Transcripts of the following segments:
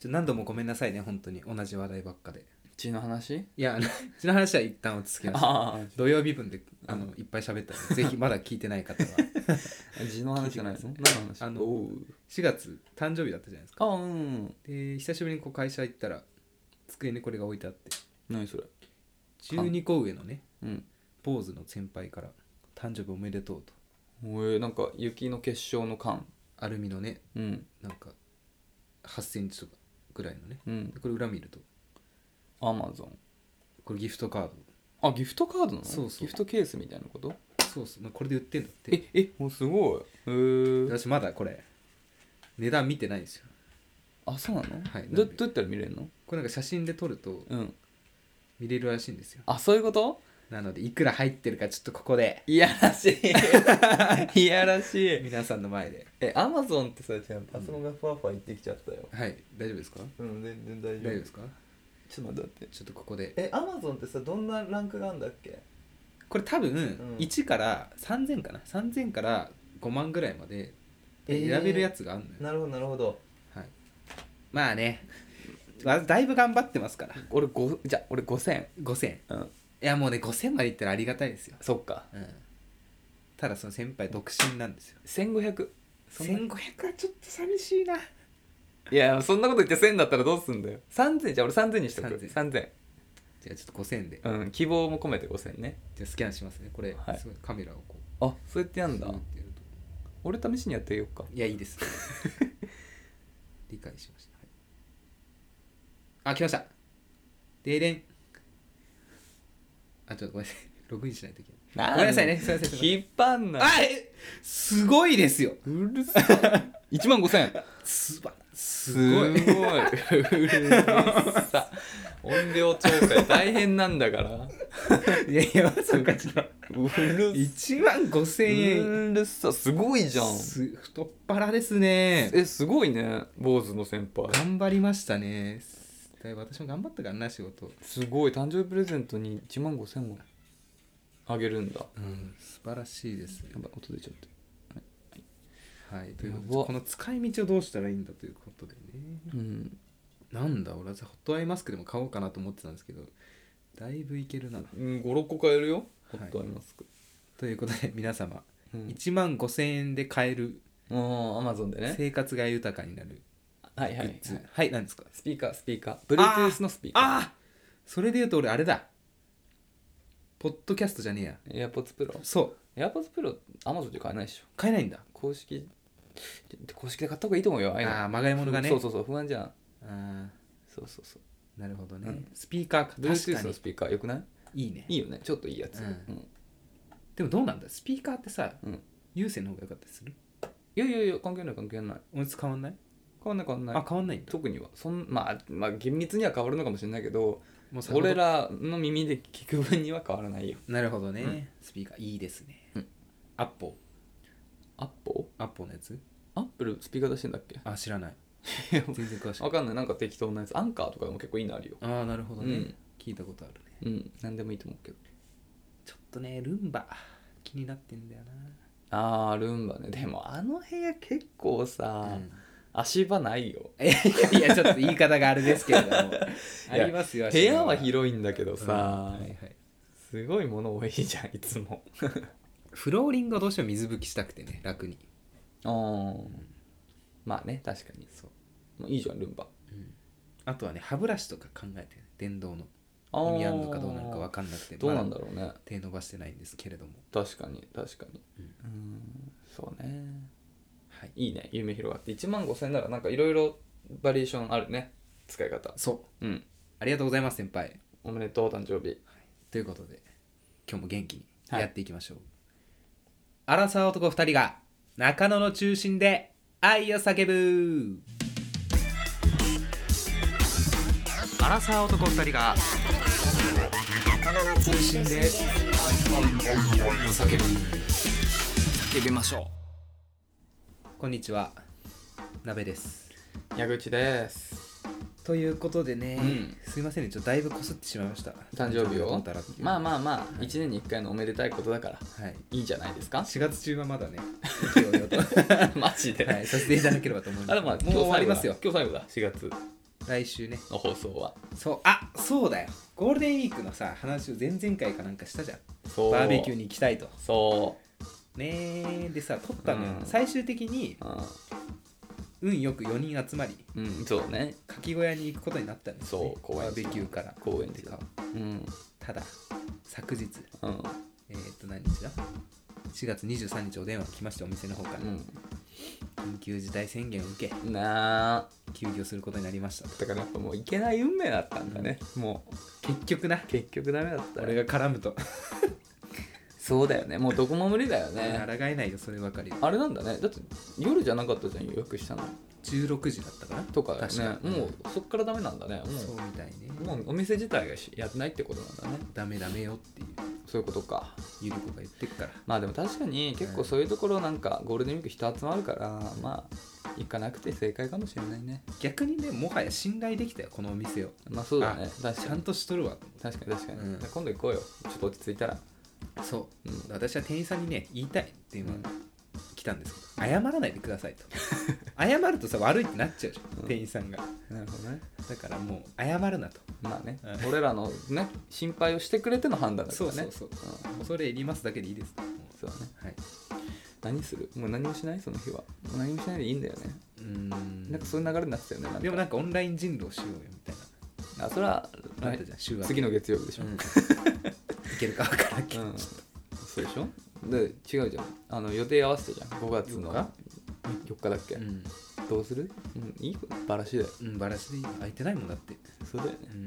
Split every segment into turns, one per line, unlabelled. ちょ何度もごめんなさいね本当に同じ話題ばっかで
ちの話
いやあの うちの話は一旦落ち着きました
あ
土曜日分であのいっぱい喋った のでぜひまだ聞いてない方は
あ字の話じゃないですね何の話
あの
おう
4月誕生日だったじゃないですか
あうん
で久しぶりにこう会社行ったら机にこれが置いてあって
何それ
12個上のね
うん
ポーズの先輩から「誕生日おめでとう」と
えー、なんか雪の結晶の缶
アルミのね
うん
なんか8センチとかぐらいのね
うん
でこれ裏見ると
アマゾン
これギフトカー
あギフトカードなの
そうそう
ギフトケースみたいなこと
ドそうそうまあこれで売ってんだって
ええもうすごいへー
私まだこれ値段見てないんですよ
あそうなの、
はい
どどうやったら見れるの
これなんか写真で撮ると
うん
見れるらしいんですよ
あそういうこと
なのでいくら入ってるかちょっとここで
いやらし いいやらしい
皆さんの前で
えアマゾンってさじゃあパソコンがふわふわ言ってきちゃったよ
はい大丈夫ですか
うん全然大
大丈夫ですか
ちょっと待って待って
ちょっとここで
えアマゾンってさどんなランクがあるんだっけ
これ多分
ん
1から3000かな3000から5万ぐらいまで選べるやつがあるのよ、
なるほどなるほど
はい、まあねわだいぶ頑張ってますから
俺5じゃあ俺5000
5000い
うん
やもうね5000までいったらありがたいですよ、
そっか
うん、ただその先輩独身なんですよ
1500そんな
1500はちょっと寂しいない
やそんなこと言って1000だったらどうすんだよ3000じゃあ俺3000にしとく
3000
3000
じゃあちょっと5000で
うん希望も込めて5000ね
じゃあスキャンしますねこれ、
はい
すごいカメラをこう
あそうやってやんだ
スーッてやると
俺試しにやってみようか
いやいいです 理解しました、はいあ来ましたでれんあちょっとごめんなさい ログインしないといけないごめんなさいねすいませんすいません
引っ張んな
あえすごいですよ
うるさい1万5000円
すば
す
す
ご
ご
い
いう
るさ音量調整大変なんだから
いやいやまさか違う
うる
1万5000
さ
円
うるさすごいじゃん
す太っ腹ですね
えすごいね坊主の先輩
頑張りましたねだいぶ私も頑張ったからな仕事
すごい誕生日プレゼントに1万5000もあげるんだや
うん素晴らしいですよ
ばい音出ちゃって
はいということで
やば
この使い道をどうしたらいいんだということでね
うん
なんだ俺はホットアイマスクでも買おうかなと思ってたんですけどだいぶいけるな
56個買えるよホ
はい
ットアイマスク、
ということで 皆様
うん
1万5000円で買える
うんアマゾンでね
生活が豊かになる
はいは
グ
い、は
ッズはい
い、、
何ですか
スピーカースピーカー Bluetooth のスピーカ
ああそれで言うと俺あれだポッドキャストじゃねえや
ー AirPods Pro
そう
AirPods Pro アマゾンで買えないでしょ
買えないんだ
公式で公式で買った方がいいと思うよああいうの
ああまがいものがね
そうそうそう不安じゃん
あ
そうそうそう
ーなるほどね、
うん
スピーカーか確
Bluetooth
か
の
に
スピーカーよくない
いいね
いいよねちょっといいやつ、
うん
うん
でもどうなんだスピーカーってさ、
うん
有線の方が良かったりする
いやいやいや関係ない関係ない
音質変わんない
変わんない変わんない
あ変わんないんだ
特にはそん、まあ、まあ厳密には変わるのかもしれないけど
もうさ
俺らの耳で聞く分には変わらないよ
なるほどね、
うん
スピーカーいいですね、
うん
アッポ
アッポ
ーアッポーのやつ
アップルスピーカー出してんだっけ
あ知ら ない
いや
全然詳しくない
わかんないなんか適当なやつアンカーとかでも結構いいのあるよ
ああなるほどね、
うん
聞いたことあるね
うん何でもいいと思うけど
ちょっとねルンバ気になってんだよ
あールンバねでもあの部屋結構
な、
さ、
うん
足場ないよ
いやいやちょっと言い方があれですけれど もありますよ
部屋は
足場
広いんだけどさ、
うんはいはい、
すごい物多いじゃんいつも
フローリングをどうしても水拭きしたくてね楽に
うんまあね確かに
そう、
もういいじゃんルンバ
あとはね歯ブラシとか考えて電動の
あー
意味あるのかどうなのか分かんなくて
どうなん
ま
だろうね
だ手伸ばしてないんですけれども
確かに確かに
う
うんんそうね
はい
いいね夢広がって1万5000円ならなんかいろいろバリエーションあるね使い方
そう
うん
ありがとうございます先輩
おめでとう誕生日
ということで今日も元気に
はい
やっていきましょう、アラサー男2人が中野の中心で愛を叫ぶアラサー男2人が中野の中心で愛を叫ぶ
叫びましょ
こんにちは鍋です
う矢口です
ということでね、
うん
すいませんねちょっとだいぶこすってしまいました
誕生日
だと思
を
ったらっていう
まあまあまあ1年に1回のおめでたいことだから
はい
いいんじゃないで すか
4月中はま だね勢いをとは
マジで、
いさせていただければと思います
あでもまあ
もう終わりますよ
今日最後だ今日最後だ4月
来週ね
の放送は
そうあそうだよゴールデンウィークのさ話を前々回かなんかしたじゃん
そう
バーベキューに行きたいと
そ
ねーでさ撮ったのよ、
うん
最終的に
うあ
運よく4人集まり
うんそうね
かき小屋に行くことになったんですよね
そう公園
バーベキューから
公園でかうん
ただ昨日
うん
えー、っと何日だ4月23日お電話来ましてお店の方から、緊急事態宣言を受け
うんなあ
休業することになりました
だからやっぱもういけない運命だったんだね、もう
結局な
結局ダメだった
俺が絡むと
そうだよねもうどこも無理だよね
抗えないよそればかりは
あれなんだねだって夜じゃなかったじゃん予約したの
16時だったかな
とかね
確かに
もうそっからダメなんだね
そう
も
みたいね
うもうお店自体がしやってないってことなんだね
ダメダメよっていう
そういうことか
ゆり子が言ってっから
まあでも確かに結構そういうところなんかゴールデンウィーク人集まるからまあ行かなくて正解かもしれないね
逆にねもはや信頼できたよこのお店を
まあそうだね
あ
確
ち
か
ゃん
に
としとるわ
確かに確かに、
うん
今度行こうよちょっと落ち着いたら
そう、
うん
私は店員さんにね言いたいっていうのは
うん
来たんですけど、謝らないでください と謝るとさ悪いってなっちゃうじゃん、
うん
店員さんが
なるほどね
だからもう謝るなと
まあね
う
俺らのね心配をしてくれての判断だからね
そうそう
そうん、
恐れ入りますだけでいいですもう
そうだね
はい
何するもう何もしないその日はもう何もしないでいいんだよね
うーん
なんかそういう流れになってたよねなんか
でもなんかオンライン人狼しようよみたい
あそれは
ななったじゃん週明け
次の月曜日でしょ、
うんいけるか分からんけど、
うん
ちょっとそうでしょ、
で違うじゃんあの予定合わせたじゃん5月の
4日
,4 日だっけ、
うん、
どうする、うん、いいことバラシだよ
うん、バラシでいいよ空いてないもんだって、
そうだよね
うん、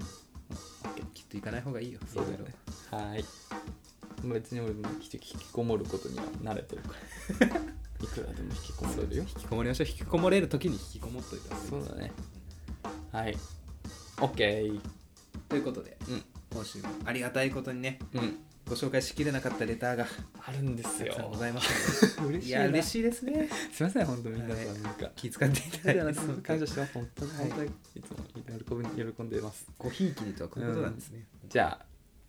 きっと行かない方がいいよ
そうだよねはーい別に俺も引き引きこもることには慣れてるから いくらでも引きこもれるよ
引きこもりましょう引きこもれる時に引きこもっといた方がいい
そうだねはい OK
ということで
うん
今週もありがたいことにね
うん
ご紹介しきれなかったレターが
あるんで
た
す
く
よ
さんございましたので
嬉し
い
いな
や嬉しいですね
すいません本当みんなさ
はい
なんか
気遣っていただいてそう
感謝してます本当に
はい
本当にいつも喜ぶ喜んでます
ごひいきにとはこういうことなんですね、
じゃあ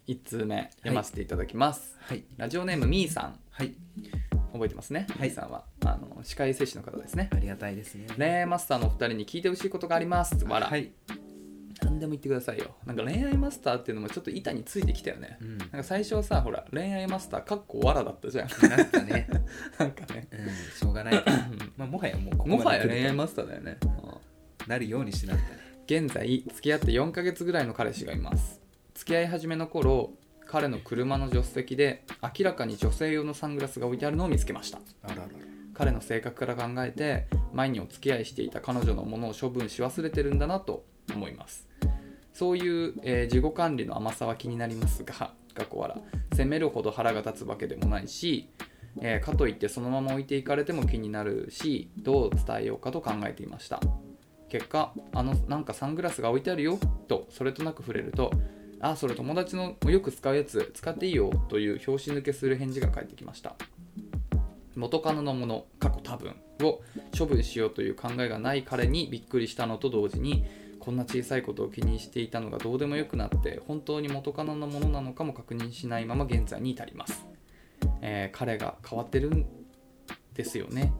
1通目読ませていただきます、
はい
ラジオネームみーさん
はい
覚えてますね、
はい
みーさんはあの歯科衛生士の方ですね
ありがたいですね
恋愛マスターのお二人に聞いてほしいことがありますわら、
はい、
何でも言ってくださいよなんか恋愛マスターっていうのもちょっと板についてきたよね、
うん
なんか最初はさほら恋愛マスターかっこわらだったじゃん
なったね、
なんかね
うん、しょうがないまあもはやもうここま
も
で
はや
来ると
恋愛マスターだよね、うん
なるようにしてなったね
現在付き合って4ヶ月ぐらいの彼氏がいます付き合い始めの頃彼の車の助手席で明らかに女性用のサングラスが置いてあるのを見つけました
あらら
彼の性格から考えて前にお付き合いしていた彼女のものを処分し忘れてるんだなと思いますそういう、えー自己管理の甘さは気になりますが過去ら責めるほど腹が立つわけでもないし、えーかといってそのまま置いていかれても気になるしどう伝えようかと考えていました結果あのなんかサングラスが置いてあるよとそれとなく触れるとあそれ友達のよく使うやつ使っていいよという拍子抜けする返事が返ってきました元カノのもの過去多分を処分しようという考えがない彼にびっくりしたのと同時にこんな小さいことを気にしていたのがどうでもよくなって本当に元カノのものなのかも確認しないまま現在に至ります、えー彼が変わってるんですよね、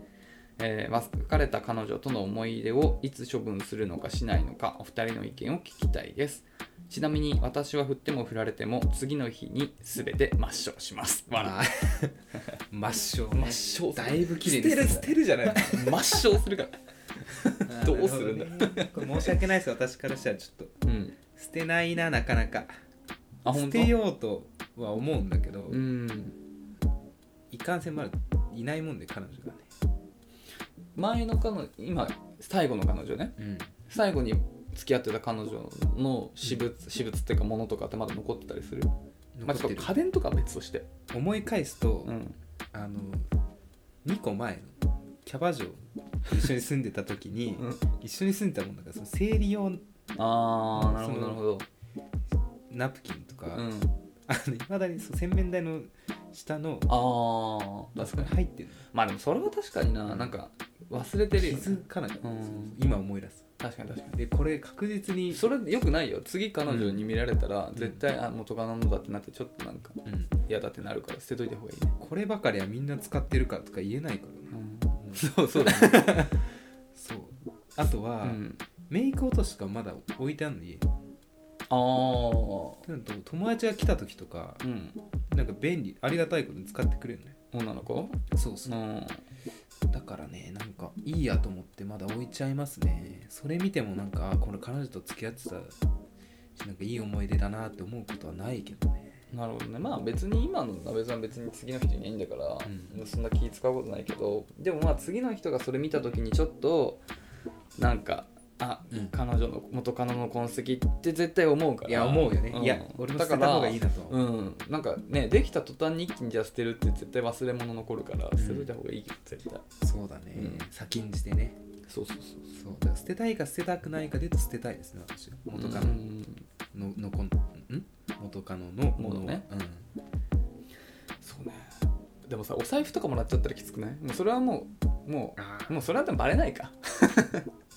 えー別れた彼女との思い出をいつ処分するのかしないのかお二人の意見を聞きたいですちなみに私は振っても振られても次の日に全て抹消します笑
あー 抹消ね
抹消
だいぶ綺麗
捨てる
です
捨てるじゃない抹消するから
あー
どうするんだ
なほどねこれ申し訳ないです私からしたらちょっと
うん
捨てないななかなか
あ
捨
本当
てようとは思うんだけど、
うん
いかんせんまだいないもんで彼女がね、
前の彼女今最後の彼女ね最後に付き合ってた彼女の私物、私物っていうか物とかってまだ残ってたりするまあ、
残っ
ちょってと
る
家電とかは別として
思い返すと、
うん
あの2個前のキャバ嬢一緒に住んでた時に、
うん
一緒に住んでたもんだからその生理用
ああなるほ
そ
ど
の
なるほど
ナプキンとか
う
い
ん
ま、未だにそう洗面台の下の
ああ
あ
確
そこ
かに
に入ってるの
まあでもそれは確かにななんか忘れてる
気
よ、ね、
づかなかったんですよ
うん
今思い出す
確かに確か
でこれ確実に
にそれよくないよ次彼女に見られたら、絶対あ元カノのだってなってちょっとなんか
うん
嫌だってなるから捨てといた方がいいね、
こればかりはみんな使ってるからとか言えないからね、
そうそうだね、
そうあとは、
うん、
メイク落としとかまだ置いてあんの家
あー
なんか友達が来た時とか
うん
なんか便利ありがたいことに使ってくれるね
女の子
そうそううんだからねなんかいいやと思ってまだ置いちゃいますねそれ見てもなんかあこれ彼女と付き合ってたしなんかいい思い出だなって思うことはないけどね
なるほどねまあ別に今の鍋さん別に次の人いないんだから、
う
そんな気使うことないけどでもまあ次の人がそれ見た時にちょっとなんかあ、
うん
彼女の元カノの痕跡って絶対思うから
いや思うよね、
ん
いや俺も捨てた方がいいなとは
う、
思うん
なんかねできた途端に一気にじゃあ捨てるって絶対忘れ物残るから
ん
捨てといた方がいいよ絶対、
そうだね、
うん
先んじてね
そうそうそう
そうだから捨てたいか捨てたくないかで言うと捨てたいですね私は元カノ
うん
ののこんん元カノのもの
もの
を
ね
うん、
そうねでもさお財布とかもらっちゃったらきつくないもうそれはもうも
あ
うもうそれだったらバレないか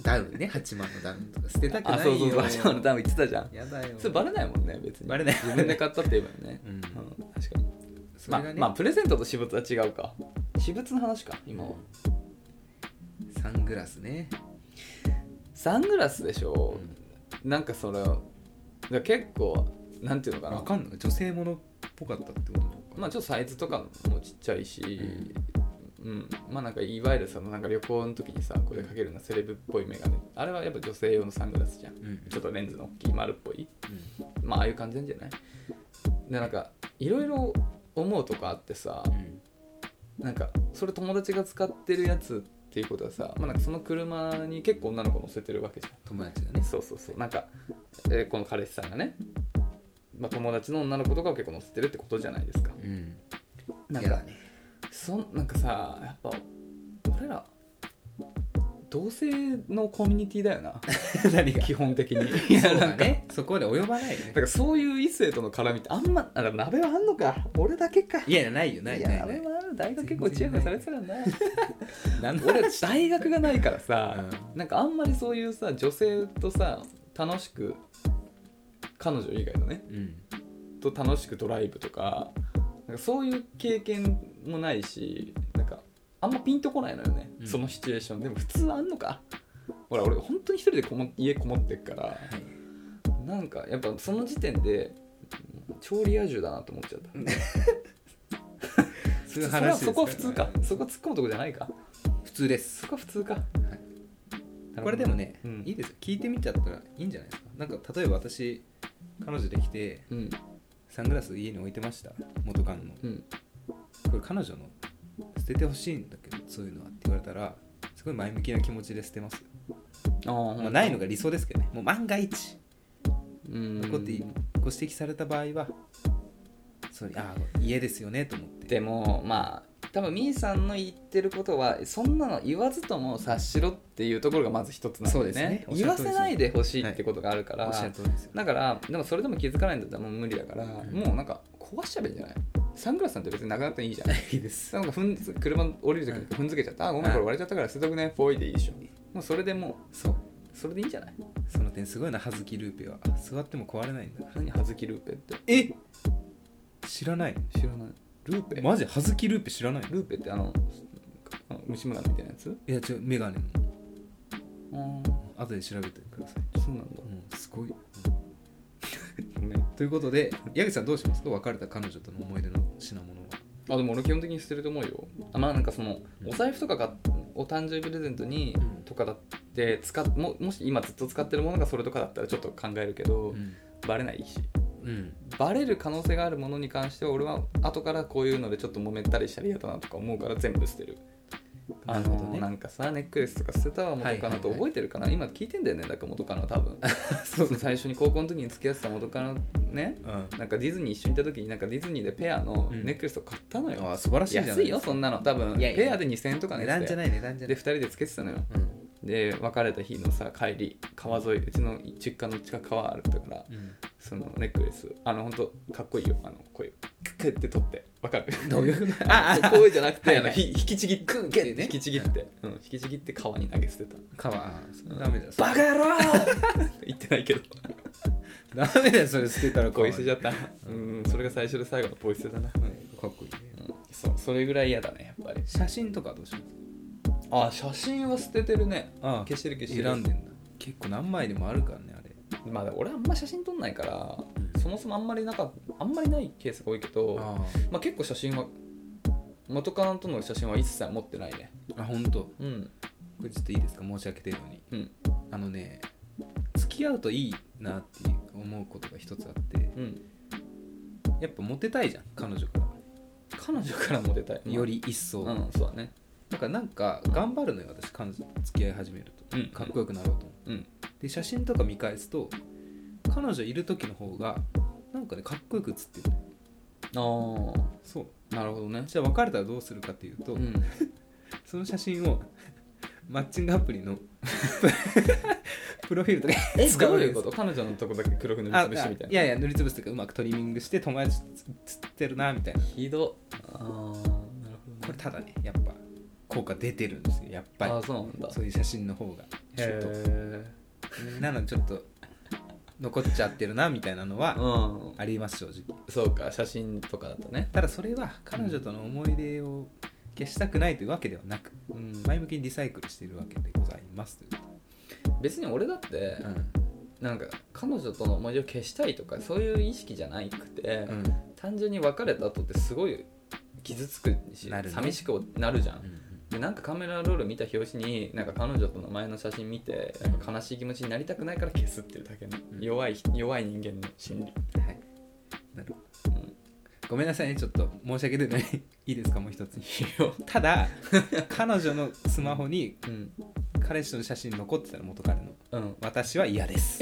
ダウンね8万のダウンとか捨てたくない
あ
よ
そうそうそうバレないの多分言ってたじゃん
やだよ
それバレないもんね別に
バレない
自分で買ったって言えばいいね
うん
うん、確かに
そ
ま
れ
あ
がね、
まあプレゼントと私物は違うか私物の話か今は
サングラスね、
サングラスでしょ
う、ん
なんかそれだから結構なんていうのかな
わかんない女性ものっぽかったってことなのかな
まあちょっとサイズとかもちっちゃいし、うんまあなんかいわゆるそのなんか旅行の時にさこれかけるのセレブっぽいメガネあれはやっぱ女性用のサングラスじゃん
うんうん
ちょっとレンズの大きい丸っぽいまあああいう感じなんじゃないでなんかいろいろ思うとかあってさ
うん
なんかそれ友達が使ってるやつっていうことはさ、まあ、なんかその車に結構女の子乗せてるわけじゃん
友達がね
そうそうそうなんか、えーこの彼氏さんがね、まあ、友達の女の子とかを結構乗せてるってことじゃないですか
うん
なん
や
か
だね
そんなんかさやっぱ俺ら同性のコミュニティだよな
何
基本的に
い
いや
や
な
なんん
か
かねそこまで及ばないよ
だ
ね
からそういう異性との絡みってあんまあ鍋はあんのか俺だけか
いやないよない
や
ないな
鍋
い
はある大学結構チヤホヤされてたらな
なんだ
俺大学がないからさ、なんかあんまり そういうさ女性とさ楽しく彼女以外のね
うん
と楽しくドライブとかなんかそういう経験もないしなんかあんまピンとこないのよね、
うん
そのシチュエーションでも普通はあんのかほら俺本当に一人でこも家こもってっからなんかやっぱその時点でうん超リア充だなと思っちゃった
そい
そうれ
う
は
話
そこは普通かそこは突っ込むとこじゃないか
普通です
そこは普通か、
これでもね、
うん
いいですよ聞いてみちゃったらいいんじゃないですかなんか例えば私彼女できて
うん
サングラス家に置いてました元カノの
うん
これ彼女の捨ててほしいんだけどそういうのはって言われたらすごい前向きな気持ちで捨てますよ、
ああ、
まあ、ないのが理想ですけどねもう万が一
うん
こうやってご指摘された場合はそれああ家ですよねと思って
でもまあ多分みーさんの言ってることはそんなの言わずとも察しろっていうところがまず一つなん
そう
で
です
ね
ね
言わせないでほしいってことがあるから、
おっしゃる通りですよ
だからでもそれでも気づかないんだったらもう無理だから、
ん
もうなんか壊しちゃえばいいんじゃないサングラスなんて別になくなっていいじゃん
いいです
なんかふん車降りる時に踏んづけちゃった、あごめんこれ割れちゃったから捨てとくねぽいでいいでしょもうそれでも
そう
うそれでいいんじゃない
その点すごいな葉月ルーペは座っても壊れないんだ
何葉月ルーペって
え知らない
知らないルーペ
マジ葉月ルーペ知らない
ルーペってあのあの虫眼鏡みたいなやつ
いや違うメガネの
うん
後で調べてください
そうなんだ
もうすごい
ごめん
ということで矢口さんどうしますか別れた彼女との思い出の品物は
あでも俺基本的に捨てると思うよあまあなんかその
うん
お財布とかがお誕生日プレゼントに
うん
とかだって使っももし今ずっと使ってるものがそれとかだったらちょっと考えるけど、
ん、
バレないし
うん、
バレる可能性があるものに関しては俺は後からこういうのでちょっと揉めたりしたら嫌だなとか思うから全部捨てるあ
なるほ
の
どね
なんかさネックレスとか捨てたわ元カ
は
ノと
いはいは
覚えてるかな、今聞いてんだよねだから元カノ 多分そう最初に高校の時に付き合ってた元カノね
うん
なんかディズニー一緒に行った時になんかディズニーでペアの
うん
ネックレスを買ったのよ、
あ素晴らしいじゃない
安いよそんなの多分
いやいや
ペアで2000円とかね
値段じゃ
ない
ない値段じゃな
で
い
2人でつけてたのよ
うん
で別れた日のさ帰り川沿いうちの実家の近く川あるんだから
うん
そのネックレスあのほんとかっこいいよあのこういうクッて取ってわかる
どういうこと
ああこういうじゃなくて、
はい
あ
はい
のひ引きちぎって
グッてね
引きちぎって、うん、引きちぎって川に投げ捨てた
川あそれダメだよそれ
カ野郎 言ってないけど
ダメだよそれ捨てたら
ポイ捨てちゃ
ゃ
ったうんそれが最初で最後のポイ捨てだな、
かっこいいね
うん、そうそれぐらい嫌だねやっぱり
写真とかどうします
あ写真は捨ててるね
あ
消してる消してる
選んでんだ結構何枚でもあるからねあれ
まあ俺あんま写真撮んないからそもそもあんまりなかあんまりないケースが多いけど
あ
まあ、結構写真は元カノとの写真は一切持ってないね
ああ本当こ
うん
れちょっといいですか申し訳程度に
うん
あのね付き合うといいなっていう思うことが一つあって
うん
やっぱモテたいじゃん彼女から
彼女からも出たい
より一層、
うんそうだね
なんかなんか頑張るのよ私彼女と付き合い始めると、
うん
かっこよくなろうと思って、
うん
で写真とか見返すと彼女いる時の方がなんかねかっこよく写ってる
ああ
そう
なるほどね
じゃあ別れたらどうするかっていうと、
うん
その写真を マッチングアプリ のプロフィールとか
え
使
ど
う
うん
で
いう
す
こと彼女のとこだけ黒く塗り
あ
つぶしてみたい
い
な
やいや塗りつぶすというかうまくトリミングして友達と写ってるなみたいな
ひどああなるほど
これただねやっぱ効果出てるんですよやっぱり
ああそうなんだ
そういう写真の方がちょっと
へ
なのちょっと残っちゃってるなみたいなの
え
は
うん
あります正直
そうか写真とかだとね
ただそれは彼女との思い出を消したくないというわけではなく
うん
前向きにリサイクルしているわけでございますというこ
別に俺だって
と
なんか彼女との思い出を消したいとかそういう意識じゃないくて
うん
単純に別れた後ってすごい傷つくし、
なるね
寂しくなるじゃん、
うん
でなんかカメラロール見た表紙になんか彼女との前の写真見てやっぱ悲しい気持ちになりたくないから消すっていうだけの、
うん
弱い弱い人間の心 理
はいなるほど
うん
ごめんなさいねちょっと申し訳ない いいですかもう一つ
よ、
た だ彼女のスマホに
うん
彼氏との写真残ってたら元彼の
うん、
私は嫌です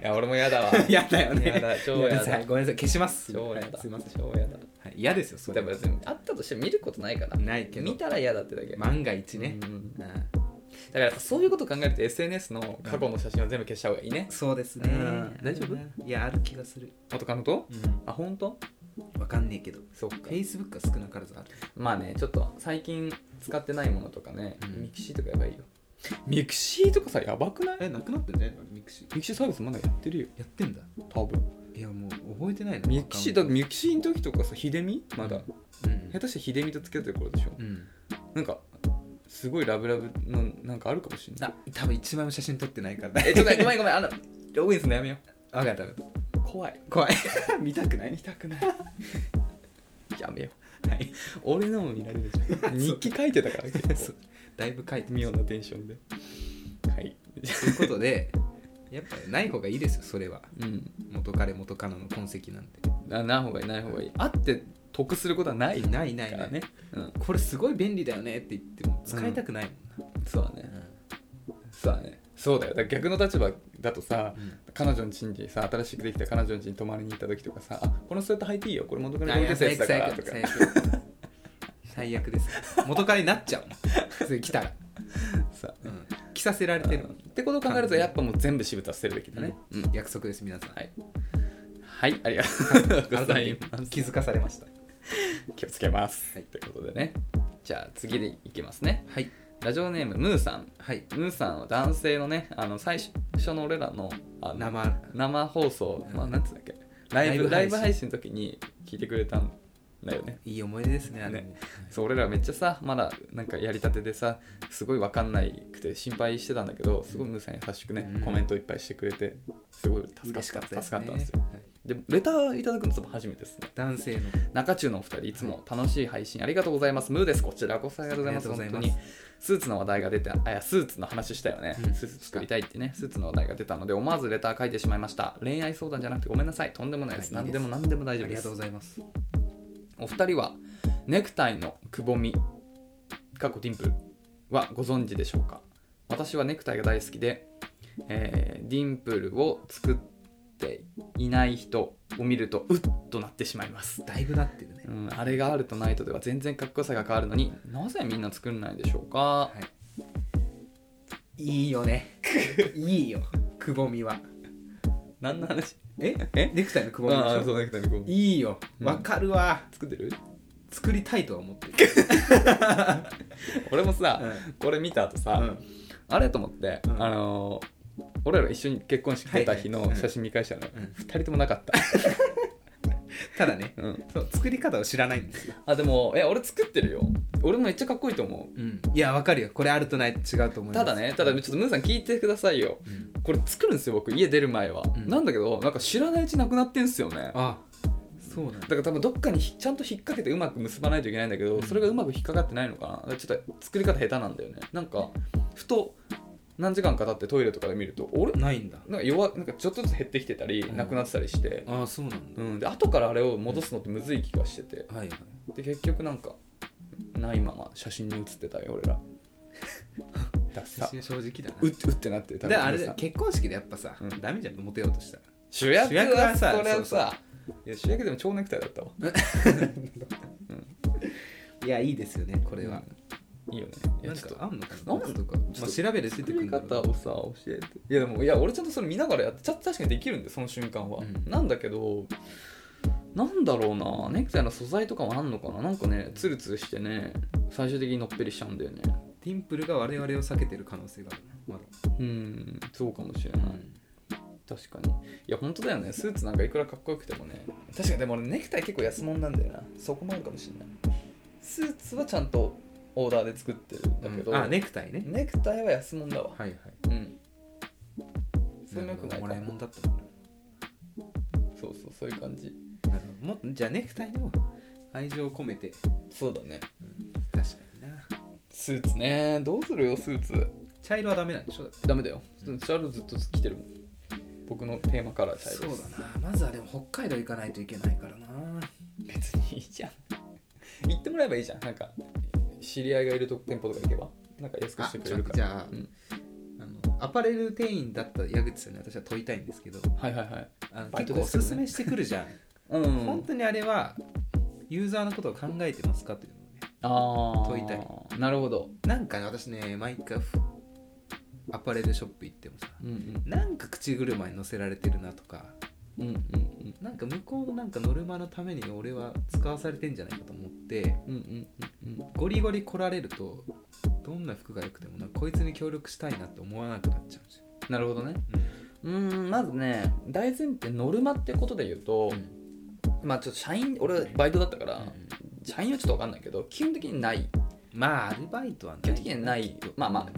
いや俺 も嫌だわ
嫌だよね
嫌だ
ご
超嫌
めんなさ
だ
いごめんなさい消します
超嫌
は
だ
いすいません、
超嫌だ
はい、嫌ですよそ
で
れ
も
は
別にあったとして見ることないから
ないけど
見たら嫌だってだけ、
万が一ね、
うんだ
うん
からやっぱそういうこと考えると SNS の過去の写真は全部消した方がいいね、
そうですね、
うん大丈夫
いやある気がする、
元カノと
うん、
あ本当
わかんねえけど
そっか
Facebook は少なからずある
まあねちょっと最近使ってないものとかね、
うん
ミクシーとかやばいよミクシーとかさやばくない
えなくなってんじゃないのミクシ
ミクシーサービスまだやってるよ
ーやってんだ
多分
いやもう覚えてないの
ミクシーだミクシーの時とかさ秀美まだ、
うん
下手して秀美と付き合ってる頃でしょ、
うん、
なんかすごいラブラブのなんかあるかもしれない
あ多分一枚も写真撮ってないから
えちょっとごめんごめんあのログインするのやめよ
分かった分かっ
う怖い
た怖い
怖い 見たくない見たくない やめよ
はい、
う俺のも見られるじ ゃん日記書いてたから結構
そうだいぶ書いて
妙なテンションではい
ということでやっぱない方がいいですよそれは
うん
元彼元カノの痕跡なんて
なない方がいいない方がいい会って得することはないか
ないないな
ら
い、
ね、うん、
これすごい便利だよねって言っても使いたくないもん
そうだねそうだねそうだよだから逆の立場だとさ、
うん
彼女の家にさ新しくできた彼女の家に泊まりに行った時とかさあ「このスウェット履いていいよこれ元から置いてたやつだから」とか
最悪 最悪です元カレになっちゃうもんそれ来たら、
さ、
うん、着させられてる
うんってことを考えるとやっぱもう全部私物は捨てるべきだね
ね、
うん
約束です皆さん
はいはいありがとうござ
改
い
め
ます
て気づかされました
気をつけます、
はい
ということでねじゃあ次でいきますね
はい
ラジオネームムーさん
はい
ムーさんは男性のねあの最初の俺らのあの
生
生放送、まあ、
うん
なんつうんだっけライブラ
ライ
イブ
ブ
配
配
信の時に聞いてくれたんだよね
いい思い出ですねあれ
ね
も
そう俺らめっちゃさまだなんかやりたてでさすごい分かんないくて心配してたんだけどすごいムーさん優しくね、
うん
コメントいっぱいしてくれてすごい助か
嬉し
った
かったです
助
ね
かったんですよ
はい
でレターいただくのも初めてですね
男性の
中中のお二人いつも楽しい配信ありがとうございますムーですこちらこそありがとうございます
ありがとう
本
ご
当
ざい
に
ます
スーツの話題が出てあいやスーツの話したよね、
うん
スーツ作りたいってねスーツの話題が出たので思わずレター書いてしまいました恋愛相談じゃなくてごめんなさいとんでもないです、
はいい
何
い
で
です
も何でも
あ
大丈夫
り
で
が
す
とうございます
お二人はネクタイのくぼみかっこティンプルはご存知でしょうか私はネクタイが大好きで、えーディンプルを作っていない人を見るとうっとなってしまいます
だいぶなってるね
うん、あれがあるとないとでは全然かっこよさが変わるのになぜみんな作んないでしょうか
はいいいよねいいよくぼみは
何の話
え
え
ネクタイのくぼみでし
ああそ
ょ
うだけどね
いいよわかるわ、
作ってる
作りたいとは思ってる、
俺もさ、
う
これ見た後さ、
うん
あれと思って、
うん
あのー俺ら一緒に結婚式出た日
はい
の
はい
写真見返したのよ、
うん
二人ともなかった
ただね、
うん
そう作り方を知らないんですよ、
あでもえ俺作ってるよ俺もめっちゃかっこいいと思
いやわかるよこれあるとないと違うと思
う
います
ただ、ねただちょっとムーさん聞いてくださいよ
うん
これ作るんですよ僕家出る前は、
うん
なんだけどなんか知らないうちなくなってんすよね
あそうなんだ
だから多分どっかにひちゃんと引っ掛けてうまく結ばないといけないんだけどそれがうまく引っかかってないのかなだからちょっと作り方下手なんだよねなんかふと何時間か経ってトイレとかで見ると俺
ないんだ
なんか弱なんかちょっとずつ減ってきてたり
うん
なくなってたりして、
ああそうなん
う
だ、
ん、で後からあれを戻すのってむずい気がしてて
はいはい
で結局なんかないまま写真に写ってたよ 俺らダサ
私は正直だ
うっ
な
うってなってた
であれだよ結婚式でやっぱさ、
うん
ダメじゃんモテようとしたら
主役
主役
は
は
さ
さ
それは
そう
さいや主役でも蝶ネクタイだったわ
いやいいですよねこれは、
いいよねい
な
や
ん
ちょっ
か
と
あんのか
な
なん
か
コツとか、
ちょ
ま
っ
あ、
と
調べで出て
作
くる
り
んだろう
方をさ教えていやでもいや俺ちゃんとそれ見ながらやってちゃ確かにできるんでその瞬間は、
うん
なんだけどなんだろうなネクタイの素材とかもあんのかななんかねツルツルしてね最終的にのっぺりしちゃうんだよね
ティンプルが我々を避けてる可能性があるなまだ、
うんそうかもしれない、確かにいや本当だよねスーツなんかいくらかっこよくてもね確かにでも俺ネクタイ結構安物なんだよなそこもあるかもしれないスーツはちゃんとオーダーで作ってるんだけど、
うんあネクタイね
ネクタイは安物だわ
はいはい
うんそれもよくない
も
から
いもんだったもんな
そうそうそういう感じ
なるほどもっとじゃあネクタイにも愛情を込めて
そうだね
確かにな
スーツねどうするよスーツ
茶色はダメなんでしょ
ダメだよちょっとチャールズずっと着てるもん僕のテーマカラーチャールズ
なまずはでも北海道行かないといけないからな
別にいいじゃん 行ってもらえばいいじゃんなんか知り合いがいると店舗とか行けばなんか安くしてくれるから
あちょじゃあ
うん
あのアパレル店員だった矢口さんに私は問いたいんですけど
はいはいはい
あの
バイ
結
トで
構お
すよ
すす
ね
めしてくるじゃん、
うん、
本当にあれはユーザーのことを考えてますかというのをね
ああ
問いたい
なるほど
なんかね私ね毎回ふアパレルショップ行ってもさ
うんうん
なんか口車に乗せられてるなとか
うんうん
なんか向こうのなんかノルマのために俺は使わされてんじゃないかと思って
うんうんうんうんうん
ゴリゴリ来られるとどんな服が良くてもなんかこいつに協力したいなって思わなくなっちゃうんですよ、
なるほどねうーんまずね大前提ノルマってことで言うと、
うん
まあちょっと社員俺バイトだったから、
うん
社員はちょっと分かんないけど基本的にない
まあアルバイトはね
基本的にはないまあまあ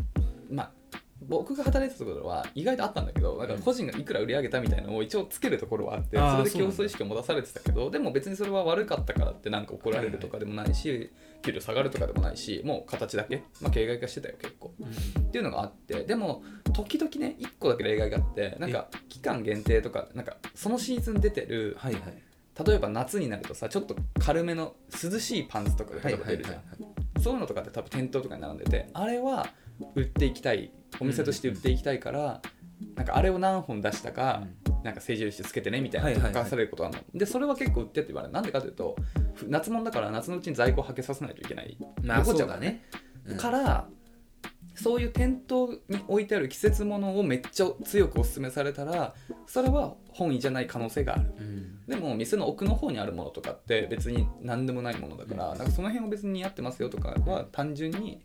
まあ僕が働いてたところは意外とあったんだけどだから個人がいくら売り上げたみたいなのを一応つけるところはあって
あー
それで
そうな
競
ん
争
だ
意識を持たされてたけどでも別にそれは悪かったからってなんか怒られるとかでもないし、給料下がるとかでもないしもう形だけ、まあ、形骸化してたよ結構っていうのがあってでも時々ね1個だけ例外があってなんか期間限定とかなんかそのシーズン出てる
はいはい
例えば夏になるとさちょっと軽めの涼しいパンツとかが
は
例
い
え
はいは
ば出
い
るじゃんそういうのとかって多分店頭とかに並んでてあれは売っていきたいお店として売っていきたいから、なんかあれを何本出したか、なんか聖印つけてねみたいな
はいはいはい
書かされることがあるの、でそれは結構売ってって言われるなんでかというとふ夏物だから夏のうちに在庫をはけさせないといけない、
まあ
残
そ
っ
う
ちゃう
だね、うん
からそういう店頭に置いてある季節物をめっちゃ強くおすすめされたらそれは本意じゃない可能性がある
うん
でも店の奥の方にあるものとかって別に何でもないものだから、
うん
なんかその辺を別に似合ってますよとかは単純に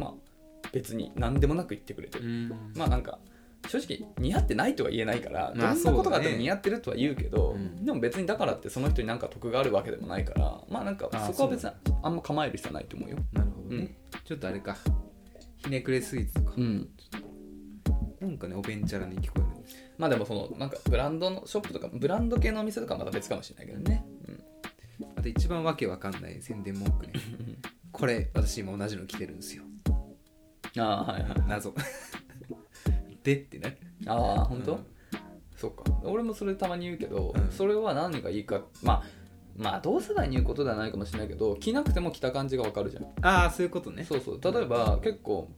まあ別に何でもなく言ってくれてる、まあなんか正直似合ってないとは言えないから、
まあ
どんなことがあって
そうだね
も似合ってるとは言うけど、
うん
でも別にだからってその人になんか得があるわけでもないからまあなんか
あ
そこは別にあんま構える必要はないと思うよ。
なるほどね、ちょっとあれかひねくれスイーツとか、
うん、
なんかねおべんちゃらに聞こえるんですよ
まあでもそのなんかブランドのショップとかブランド系のお店とかはまた別かもしれないけどね。うん
あと一番わけわかんない宣伝文句ねこれ私今同じの着てるんですよ
ああはいはい。
謎 でってね
ああ本当、
うん
そうか俺もそれたまに言うけど、
うん
それは何がいいかまあまあ同世代に言うことではないかもしれないけど着なくても着た感じがわかるじゃん、
ああそういうことね
そうそう例えば結構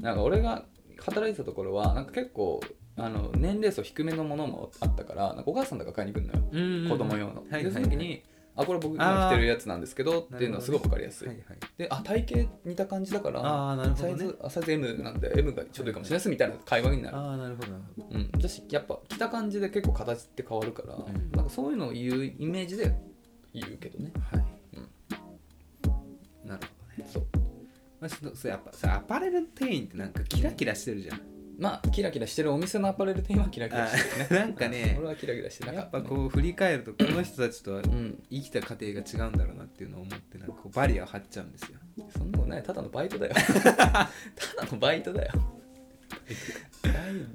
なんか俺が働いてたところはなんか結構あの年齢層低めのものもあったからなんかお母さんとか買いに来るのよ、
うん
子供用の、
はいはい
で
は
そ
い
の時に「あこれ僕今着てるやつなんですけど」っていうのはすごいわかりやすい、
はいはい
であ体型似た感じだから
ああなるほ
サイ
どね
ズあサイズ M なんで M がちょうどいいかもしれないですみたいな会話になる
ああなるほどなるほど
うん、だしやっぱ着た感じで結構形って変わるから、
うん
なんかそういうのを言うイメージで言うけどね
はい、
うん
なるほどね
そう
私のそうやっぱさアパレル店員ってなんかキラキラしてるじゃん
まあキラキラしてるお店のアパレル店はキラキラしてるね
あ なんかね
俺はキラキラしてなか
やっ
った、
ぱ
ね、
こう振り返るとこの人たちとは
うん
生きた過程が違うんだろうなっていうのを思ってなんかこうバリアを張っちゃうんですよ
そんなことないただのバイトだ よただのバイトだよ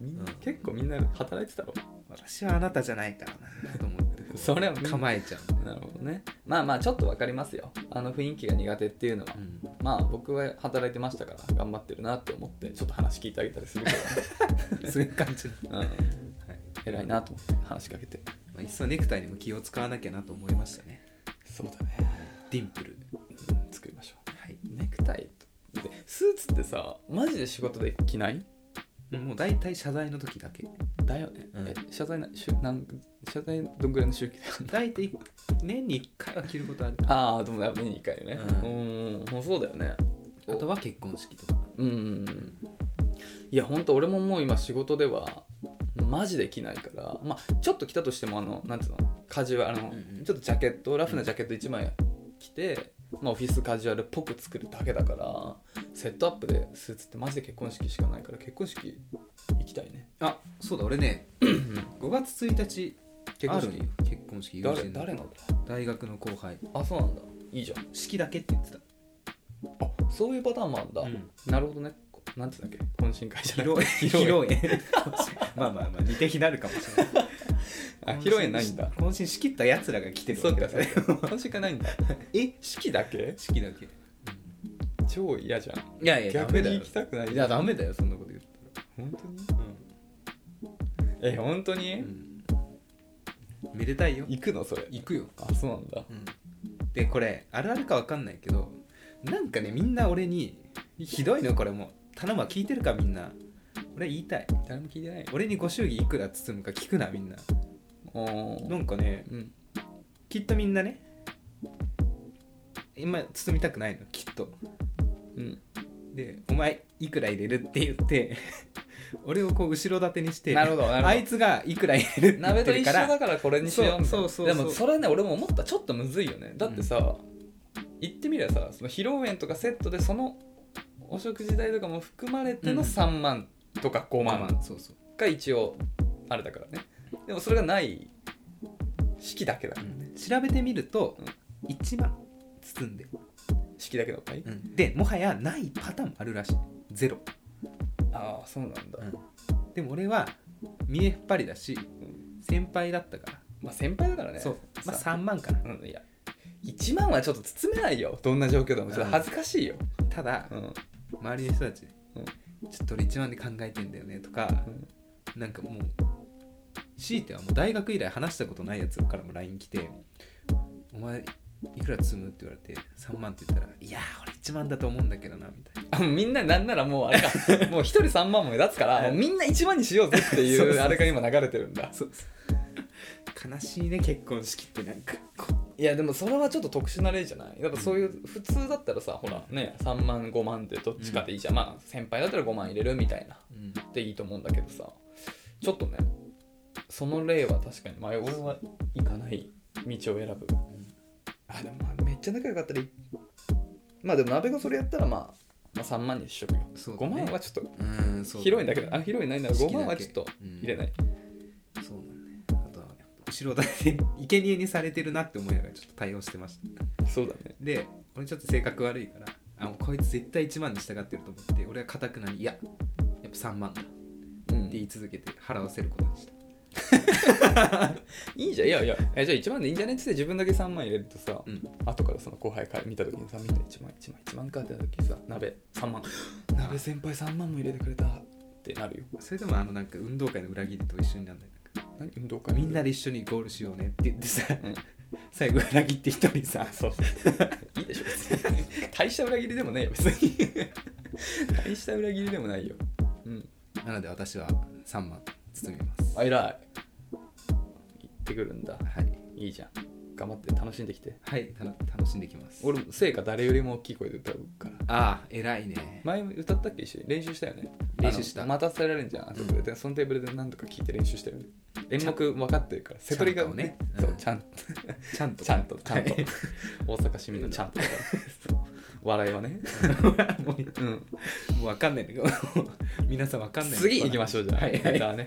みん
う
な
ん
結構みんな働いてたろ
私はあなたじゃないからなと思ってこう
それはみんな
構えちゃ
なるほどねまあまあちょっとわかりますよあの雰囲気が苦手っていうのは、
う、うん、
まあ僕は働いてましたから頑張ってるなって思ってちょっと話聞いてあげたりするけ
そういう感じ、
ど、うん、
はい
偉いなと思って話しかけて
まあ、いっそネクタイにも気を使わなきゃなと思いましたね
そうだね
ディンプル
作りましょ
はい、
うネクタイとでスーツってさマジで仕事で着ない
もう大体謝罪の時だけ
だよね、
うん
え謝罪なしゅなん謝罪どんぐらいの周期だよ ね
大体年に1回は着ることある
ああでもやっぱ見に行かねう
うん
もうそうだよね
あとは結婚式とか
うんうんうんいやほんと俺ももう今仕事ではマジで着ないからまあちょっと着たとしてもあのなんつうのカジュアルあの、
うんうん
ちょっとジャケットラフなジャケット1枚着て、まあ、オフィスカジュアルっぽく作るだけだからセットアップでスーツってマジで結婚式しかないから結婚式行きたいね
あそうだ俺ね5月1日
結婚
ある
式
んよ結婚式友
誰
人の
誰なんだ
大学の後輩
あそうなんだいいじゃん
式だけって言ってた
あそういうパターンもあるんだ、
うん
なるほどねこなんつうんだっけ懇親会じゃなく
広
て
い広い まあまあまあ似て非なるかもしれない
あ広いないんだ
懇親しきったやつらが来てる
そうかそう
ね
か懇親会ないんだ
え
式だけ
式だけい
超嫌じゃん
やいや
逆に行きたくない
いやダメだよそんなこと言った
本当に
ら
え本当に、
うん、めでたいよ
行くのそれ
行くよ、
あそうなんだ
でこれあるあるかわかんないけどなんかねみんな俺にひどいのこれもう頼むわ聞いてるかみんな俺言いたい
誰も聞いてない
俺にご祝儀いくら包むか聞くなみんな
おー
なんかね
うん
きっとみんなね今包みたくないのきっと
うん
で「お前いくら入れる?」って言って 俺をこう後ろ盾にして
なるほどなるほど
あいつがいくら入れる って言っ
鍋
て
と
る
一
か
緒
ら
だからこれにしようみたいな
そうそうそうそう
でもそれはね俺も思ったちょっとむずいよねだってさ、言ってみればさその披露宴とかセットでそのお食事代とかも含まれて
うん
の3万とか5
まあ
万
まあそうそう、
が一応あれだからねでもそれがない式だけだから
うん調べてみると
うん
1万包んで
式だけだったらいい
でもはやないパターンもあるらしいゼロ、
ああそうなんだ、
でも俺は見えっ張りだし先輩だったか
まあ先輩だから
ら、
ね
そう、まあ、
さ
3万かな
うんいや1万はちょっと包めないよどんな状況でもちょっと恥ずかしいよ、
ただ、
うん
周りの人たち、
うん
ちょっと俺1万で考えてんだよねとか、なんかもう強いてはもう大学以来話したことないやつからも LINE 来て「お前いくら積む?」って言われて3万って言ったら「いやー俺1万だと思うんだけどな」みたいな
あ もうみんななんならもうあれ かもう一人3万も目立つからもうみんな1万にしようぜってい
そうそう
う
そう
あれが今流れてるんだ
そうそう悲しいね結婚式ってなんかこう
いやでもそれはちょっと特殊な例じゃないやっぱそういう普通だったらさほらね3万5万でどっちかでいいじゃん、まあ先輩だったら5万入れるみたいな
うん
でいいと思うんだけどさちょっとねその例は確かに迷うは行かない道を選ぶ、あでもまあめっちゃ仲良かったらいいまあでも鍋がそれやったらまあ、まあ、3万にしとくよ、
そうだ
5
ね
万はちょっと
うんそう
広いんだけどあ広いないなら5
式だけ
万はちょっと入れない、
そうだねあとはやっぱ後ろ盾に生贄にされてるなって思いながらちょっと対応してました
そうだね
で俺ちょっと性格悪いからあもうこいつ絶対1万に従ってると思って俺はかたくなにいややっぱ3万だって
うん
言い続けて払わせることにした
いいじゃんいやいやえじゃあ1万でいいんじゃねっつって自分だけ3万入れるとさ、
うん
後からその後輩から見た時にさみんな1万1万1万かってなった時さ鍋3万 鍋先輩3万も入れてくれたってなるよ
それでもあのなんか運動会の裏切りと一緒になんないなんか
何運動会
みんなで一緒にゴールしようねって言ってさ、
うん
最後裏切って一人さ
そうそういいでしょ 別に大した裏切りでもないよ別に 大した裏切りでもないようん
なので私は3万包みます
あ偉い行ってくるんだ
はい
いいじゃん頑張って楽しんできて
はいたの楽しんできます
俺も成果誰よりも大きい声で歌うから
ああ偉いね
前も歌ったっけ一緒に練習したよね
練習した
あの待たせられるじゃんあそこででそのテーブルで何度か聞いて練習したよね演目分かってるから瀬戸りが
ちゃんとね
そう
うん
ちゃんと
ちゃんと
ちゃんとちゃんと
はい
大阪市民のちゃんとだから笑いはね、
もう
うん、
もうわかんないんだけど 皆さんわかんない
次行きましょうじゃあ、
はいは
レ
い
ターね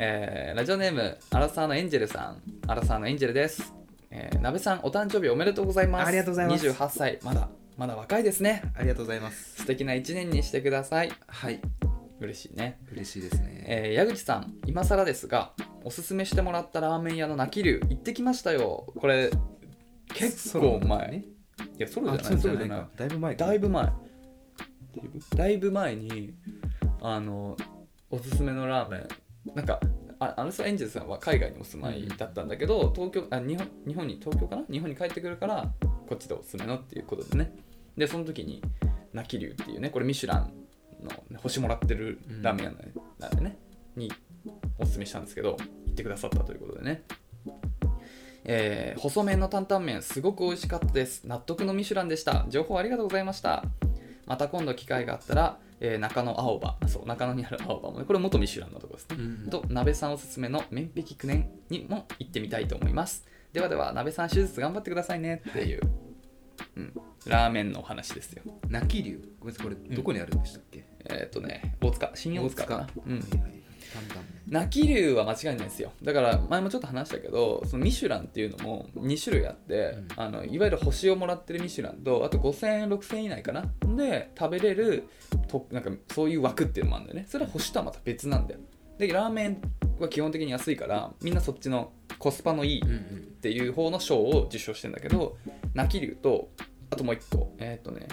えーラジオネームアラサーのエンジェルさんアラサーのエンジェルです、えー、鍋さんお誕生日おめでとうございます
ありがとうございます
28歳まだまだ若いですね
ありがとうございます
素敵な一年にしてください
はい
嬉しいね
嬉しいですね
えー矢口さん今更ですがおすすめしてもらったラーメン屋の泣き龍行ってきましたよこれ結
そうな
構
んだ
前、
ね
いやソロ
あ
じゃな
そ
い
そ
うソ
う
ロ
じ
じ
ゃ
ゃ
な
ない
いだいぶ前か
だいぶ前だいぶ前にあのおすすめのラーメンなんかあアルサエンジェルさんは海外にお住まいだったんだけど、東京あ日本日本に東京かな日本に帰ってくるからこっちでおすすめのっていうことでねでその時に泣き龍っていうねこれミシュランの星もらってるラーメン屋なんでね、におすすめしたんですけど行ってくださったということでねえー細麺の担々麺すごく美味しかったです納得のミシュランでした情報ありがとうございましたまた今度機会があったら、えー中野青葉そう中野にある青葉もねこれ元ミシュランのとこですね、
うん
と鍋さんおすすめの麺壁記念にも行ってみたいと思いますではでは鍋さん手術頑張ってくださいねっていう、うん、ラーメンのお話ですよ
泣き竜ごめんなさいこれどこにあるんでしたっけ
えーっ、とね大塚新大塚かなうん
はいはいタンタン
泣き竜は間違いないですよだから前もちょっと話したけどそのミシュランっていうのも2種類あって、
うん
あのいわゆる星をもらってるミシュランとあと5000円6000円以内かなで食べれるとなんかそういう枠っていうのもあるんだよねそれは星とはまた別なんだよでラーメンは基本的に安いからみんなそっちのコスパのいい
うんう
っ
ん
ていう方の賞を受賞してんだけど泣き竜とあともう1個えーっ、とね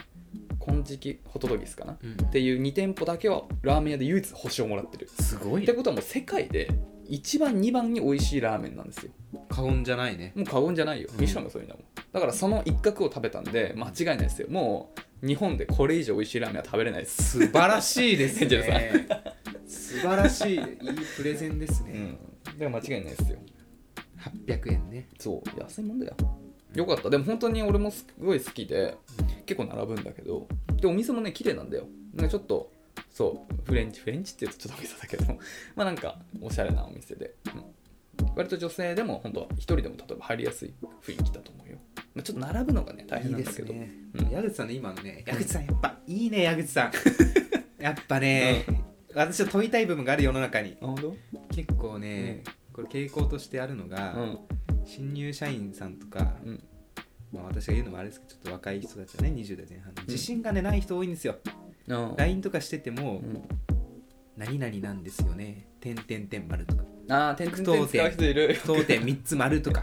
金色ホトトギスかなっ
うん
ていう2店舗だけはラーメン屋で唯一星をもらってる
すごい
って
ね
ことはもう世界で1番2番に美味しいラーメンなんですよ
過言じゃないね
もう過言じゃないよ
うん
ミシュランもそういうのもんだからその一角を食べたんで間違いないですよもう日本でこれ以上美味しいラーメンは食べれないです、
素晴らしいです
エンジェ
ね 素晴らしいいいプレゼンです
う
ね
ん、だから間違いないですよ
800円ね
そう安いもんだよよかったでも本当に俺もすごい好きで結構並ぶんだけどでお店もね綺麗なんだよなんかちょっとそうフレンチフレンチって言うとちょっとお店だけど まあなんかおしゃれなお店で、うん割と女性でも本当一人でも例えば入りやすい雰囲気だと思うよ、まあ、ちょっと並ぶのがね大
い
変
い
なん
で
だ
す
けど
ね、
うん
矢口さんの今のね矢口さんやっぱいいね矢口 さんやっぱね、私は問いたい部分がある世の中に
あ本当
結構ね、これ傾向としてあるのが、
うん
新入社員さんとか、
うん
まあ、私が言うのもあれですけどちょっと若い人たちはね20代前半自信がねない人多いんですよ、
うん
LINE とかしてて
う
も
ん
「何々なんですよね」「点点点丸」とか
ああ点々点使う人いる
「当店3つ丸」とか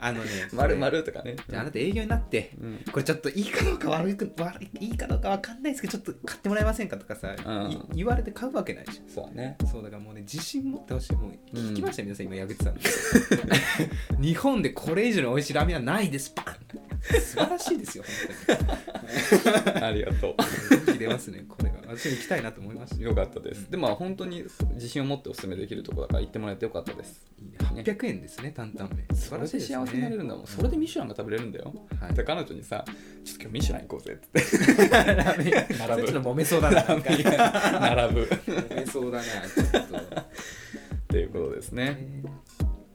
あのね
丸
これ
丸とかね
じゃああなた営業になって
うん
これちょっといいかどうか悪く悪いいいかどうかわかんないですけどちょっと買ってもらえませんかとかさ、
うん
い言われて買うわけないじゃ
そうだね
んそうだからもうね自信持ってほしいもう
うん
聞きました、皆さん今矢口さんの日本でこれ以上の美味しいラーメンはないですパン素晴らしいですよ本
ありがとう
当に元気出ますねこれが私も行きたいなと思いましたい
よかったです、
うん
でも本当に自信を持ってお勧めできるところだから行ってもらえてよかったです
いね800円ですね担々麺素
それで幸せになれるんだもんそれでミシュランが食べれるんだよ
はい
で彼女にさ「ちょっと今日ミシュラン行こうぜ」って
ラーメン
並ぶ
そ れちょっと揉めそうだななんか
言って並 ぶっ
揉めそうだなちょっと
ていうことです ね
え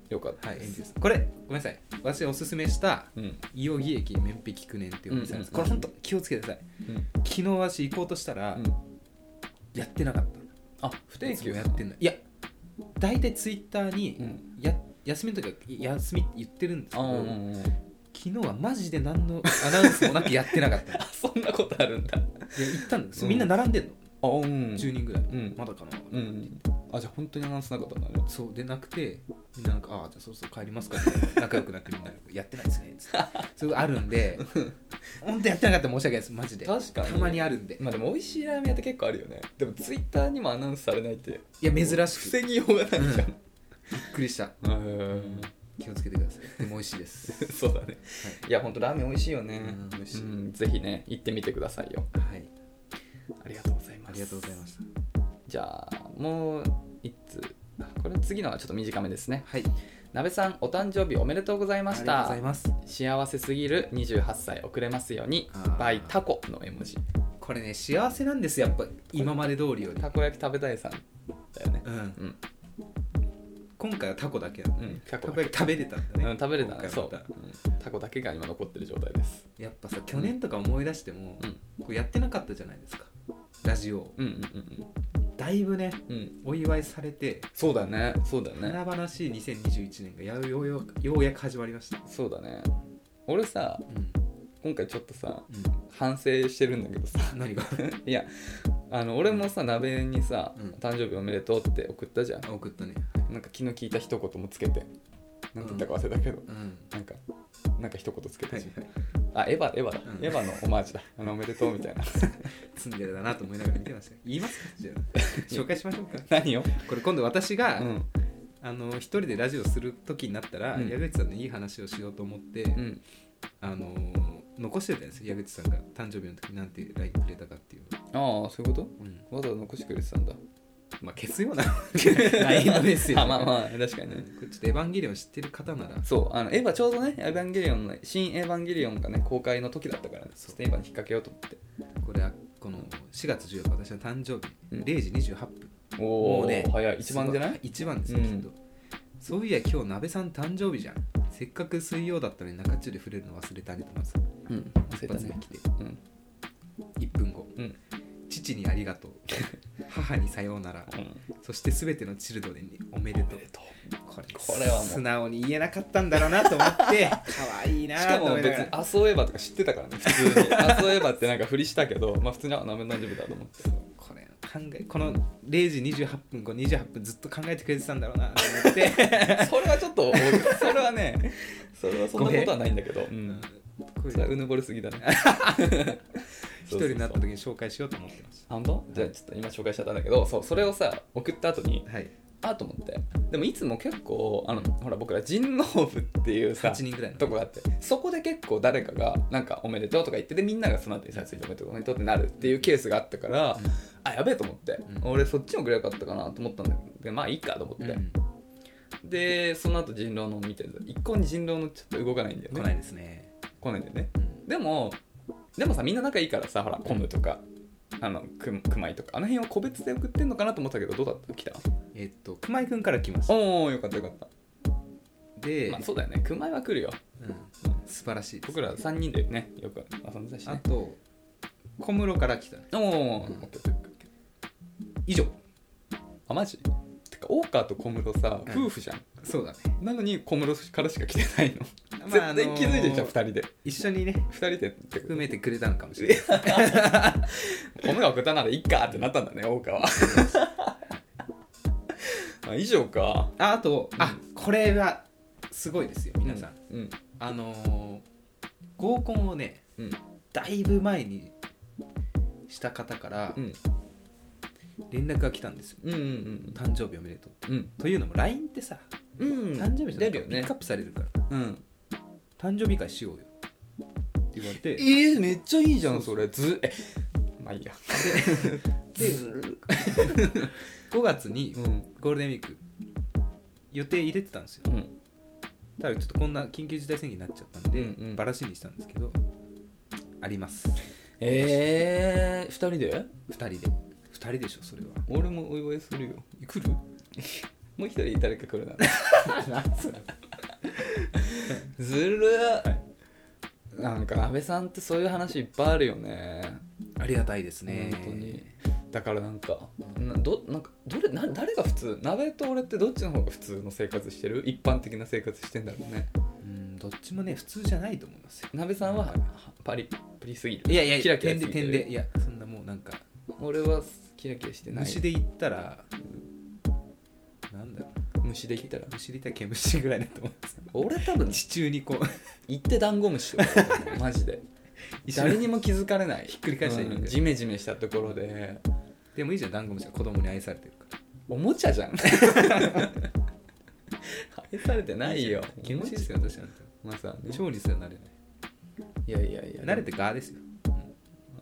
よかっ
ー
た
はいエン
で
ジェル
す、
さんこれごめんなさい私おすすめした
うん
伊予木駅面壁九年っていうお店なんです、
うんう
こ
んうん
れ本当気をつけてください
うん
昨日私行こうとしたら、
うん
やってなかっ
あ不
たい
定
つ
休
もやってんのいや大体ツイッター
う
に
ん
や、休みの時は休みって言ってるんですけ
あ
ど、
うんうんうん
昨日はマジで何のアナウンスもなくやってなかった いや
あそんなことあるんだ
行ったんです、
うん
みんな並んでんの
あうん
10人ぐらい、
うん
まだかな、
うんうんあじゃあ本当にアナウンスなかったんだね
そうでなくてみんななんか「ああじゃあそろそろ帰りますか」みたいな仲良くなってみんな「やってないです ね」つってそういうのあるんで本当やってなかったら申し訳ないですマジで
確かに
たまにあるんで
まあでも美味しいラーメン屋って結構あるよねでもツイッターにもアナウンスされないって
いや珍 しく
防ぎようがないじゃん、
びっくりした
うん
気をつけてくださいでも美味しいです
そうだね、い、やほんとラーメン美味しいよね
うん美味しい
うんぜひね行ってみてくださいよ
はい
ありがとうございます
ありがとうございました
じゃあもう一つあこれ次のはちょっと短めですね
はい
鍋さんお誕生日おめでとうございま
あ
し
りがとう
た
ございます
幸せすぎる28歳遅れますように
あー
バイタコの絵文字
これね幸せなんですよやっぱ今まで通りより
たこ焼き食べたいさんだよね
うん
うん
今回はタコだけだった
うん
ね、
タコだ
やっぱり食べれたんだね、
うん、食べれたね
今回
そ
ま
う、うんタコだけが今残ってる状態です
やっぱさ去年とか思い出しても、
うん
こうやってなかったじゃないですかラジオを
うんうん
だいぶね
うんうんうん
お祝いされて
そうだねそうだね
華々しい2021年がやうようようようやく始まりました、
そうだね俺さ
うん
今回ちょっとさ
う
反省してるんだけどさ
ん、何が
いやあの俺もさ鍋にさ、
うん
誕生日おめでとう」って送ったじゃん
送ったね、
なんか昨日聞いた一言もつけて何て言ったか忘れたけど、
うん、
なんかなんか一言つけ
は
て
い
し、あエヴァエヴァだ、
うん
エヴァのオマージュだあのおめでとうみた いな
積んでるだなと思いながら見てました言いますか じゃあ紹介しましょうか
何を、
これ今度私が、
うん
あの一人でラジオする時になったら、
うん
矢口さんのいい話をしようと思って、
うん、
あの残してたんですよ矢口さんが誕生日の時なんて LINE くれたかっていうのを、
ああそういうこ
うん
とわざわざ残してくれてたんだ
まあ消すよ うな LINE のメッセージ
あまあまあ確かに
う
ね
んこれちょっと「エヴァンゲリオン」知ってる方なら
そうあのエヴァちょうどねエヴァンゲリオンの新エヴァンゲリオンがね公開の時だったからねち
そう
ょっとエヴァに引っ掛けようと思って
これはこの4月14日私の誕生日、
うん
0時28分
お
もうね
早い一番じゃない
一番ですよ、
うん
きっとそういや今日鍋さん誕生日じゃんせっかく水曜だったのに中中で触れるの忘れたねとかさ
うん
一
忘れた
発目
ね
来て
うん
1分後、
うん
父にありが とう母にさようなら
うん
そして全てのチルドレンにおめでとうこれ
これはもう
素直に言えなかったんだろうなと思って可愛いな
しか
と
も
思い
別
な
に
がら
「アソエヴァ」とか知ってたからね普 通に「アソエヴァ」ってなんかふりしたけどまあ普通に「あなめ大丈夫だ」と思 って
これ考えこの0時28分後28分ずっと考えてくれてたんだろうなと思って
それはちょっとそれはねそれはそんなことはないんだけど、うん、
こ
それは
れ
うぬぼれすぎだね
一人になった
時
時に紹介しようと思ってまし
あ本当じゃあちょっと今紹介しちゃったんだけどそうそれをさ送った後に
たはい
あと思ってでもいつも結構あのほら僕ら人狼部っていうさ
8人ぐらいの
とこがあってそこで結構誰かがなんかおめでとうとか言ってでみんながその後にさついておめでとうおめでとうってなるっていうケースがあったから、
うん
あやべえと思って、
うん
俺そっちも送ればよかったかなと思ったんだけどまあいいかと思って、でその後人狼のを見て一向に人狼のちょっと動かないんだよ
来
ね
ないですね、
来ないんだよね
うん
でもでもさみんな仲いいからさほらコムとかあのく熊井とかあの辺を個別で送ってんのかなと思ったけどどうだった来た
えっと熊井くんから来ました
おおよかったよかった
で、
まあそうだよね熊井は来るよ
うん、素晴らしいです
僕ら3人でねよく遊んでたし
あ
ね
と小室から来たね
おお
以上
あマジてか大川と小室さ
うん
夫婦じゃん、
そうだね、
なのに小室からしか来てないの
まあ
絶対気づいてるじゃん
あのー
2人で
一緒にね
2人でってこと
含めてくれたのかもしれない
米が送ったならいっかってなったんだね大 川あ以上か
ああとあこれはすごいですよ皆さん、
うん
あのー合コンをね
うん
だいぶ前にした方から
うん
連絡が来たんですよ、
うんうん
誕生日おめでとうって
うん
というのも LINE ってさ
うん
誕生日じゃ
出
な
る
い
よ
ピッ
ね
クアップされるから
うん
誕生日会しようよって言われて
えー、めっちゃいいじゃんそれずえまあいいや
で5月に
うん
ゴールデンウィーク予定入れてたんですよ
うん
ただちょっとこんな緊急事態宣言になっちゃったんで、
うんうん
バラシにしたんですけどあります
えー、2人で
2人で2人でしょそれは
俺もお祝いするよ
来る
もう一人誰か来るな ずるーなんか安倍さんってそういう話いっぱいあるよね
ありがたいですね
本当にだからなんかなどなんかどれな誰が普通鍋と俺ってどっちの方が普通の生活してる一般的な生活してんだろうね
うんどっちもね普通じゃないと思いますよ
鍋さんはパリプリすぎる
いやいや
キラキラ
点です
ぎてる
点でいやそんなもうなんか
俺はキラキラしてない
虫で言ったらなんだろう
虫で言ったら
虫で言ったら毛虫ぐらいだと思うんですよ
俺多分
地中にこう
行ってダンゴム シだと思うマジで誰にも気づかれないひっ
くり返したらいいんだよ
ジメジメしたところで
でもいいじゃんダンゴムシは子供に愛されてるから
おもちゃじ ゃん愛されてないよ
気持ちいいですよ私なんて
まあさ
超にすらなれない
いやいやいや
慣れてガーですよ、
ま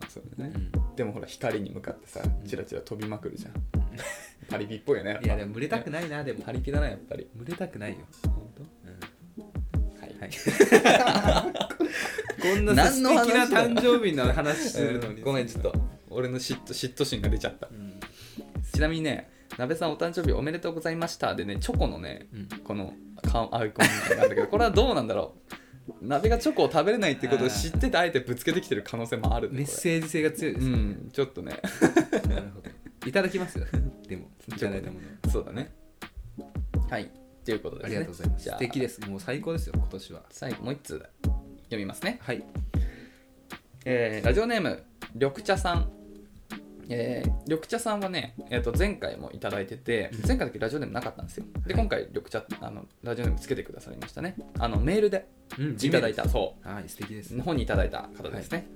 あそうだね、
うん
でもほら光に向かってさ
ん
チラチラ飛びまくるじゃ ん、パリピっぽいよね
いやでも群れたく
ない
ないなでも
パリピだなやっぱり
群れたくないよ、
はい
はい
こん
こんな素敵な誕
日
生日の話するのに
ごめんちょっと、俺の嫉妬嫉妬心が出ちゃった
うん
ちなみにね鍋さんお誕生日おめでとうございましたでねチョコのね
うん
この顔アイコンみたいなんだけどこれはどうなんだろう鍋がチョコを食べれないってことを知っててあえてぶつけてきてる可能性もあるね
メッセージ性が強いで
これ
す、
うんちょっとね
なるほどいただきますよでもいただいたもの
そうだねはいということで
あ
す、
りが
ね、
とうございます
じゃあ
素敵ですもう最高ですよ今年は
最後もう一通読みますね
はい
えーラジオネーム緑茶さん、えー緑茶さんはね、えー、と前回もいただいてて
うん
前回の時ラジオネームなかったんですよで今回緑茶あのラジオネームつけてくださりましたねあのメールで
うん
いただいたそ
はい素敵です
う本にいただいた方ですね、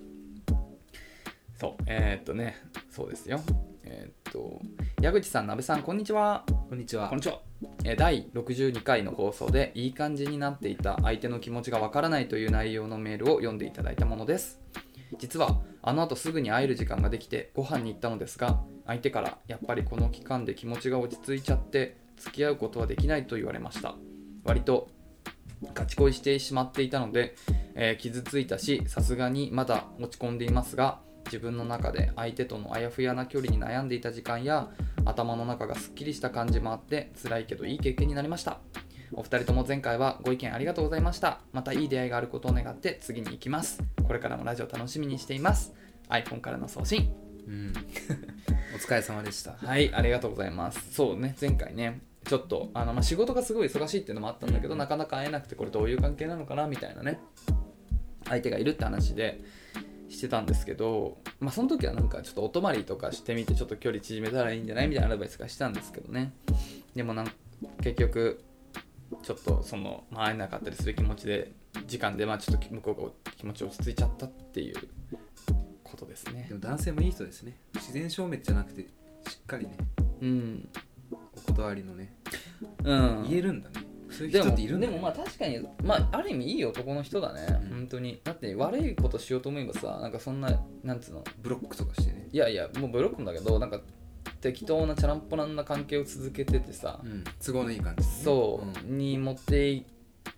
そうえーっとねそうですよえーっと矢口さん鍋さんこんにちは
こんにちは
こんにちは。えー第62回の放送でいい感じになっていた相手の気持ちがわからないという内容のメールを読んでいただいたものです。実はあの後すぐに会える時間ができてご飯に行ったのですが相手からやっぱりこの期間で気持ちが落ち着いちゃって付き合うことはできないと言われました割とガチ恋してしまっていたので、えー傷ついたしさすがにまだ落ち込んでいますが自分の中で相手とのあやふやな距離に悩んでいた時間や頭の中がすっきりした感じもあって辛いけどいい経験になりましたお二人とも前回はご意見ありがとうございましたまたいい出会いがあることを願って次に行きますこれからもラジオ楽しみにしています iPhone からの送信
うんお疲れ様でした
はいありがとうございますそうね前回ねちょっとあの、まあ、仕事がすごい忙しいっていうのもあったんだけど、
うん
なかなか会えなくてこれどういう関係なのかなみたいなね相手がいるって話でしてたんですけど、まあ、その時はなんかちょっとお泊まりとかしてみてちょっと距離縮めたらいいんじゃないみたいなアドバイスがしたんですけどねでもなん結局ちょっとその、まあ、会えなかったりする気持ちで時間でまあちょっと向こうが気持ち落ち着いちゃったっていうことですね
でも男性もいい人ですね自然消滅じゃなくてしっかりね
うん、
お断りのね
うん、
言えるんだねそういう
で
人
も
っているんだ
で
ね
もまあ確かに、まあ、ある意味いい男の人だね、
うん
本当にだって悪いことしようと思えばさなんかそんななんつうの
ブロックとかしてね
いやいやもうブロックもだけどなんか適当なチャランポランな関係を続けててさ、
うん都合のいい感じですね
そう、
ん
に持ってい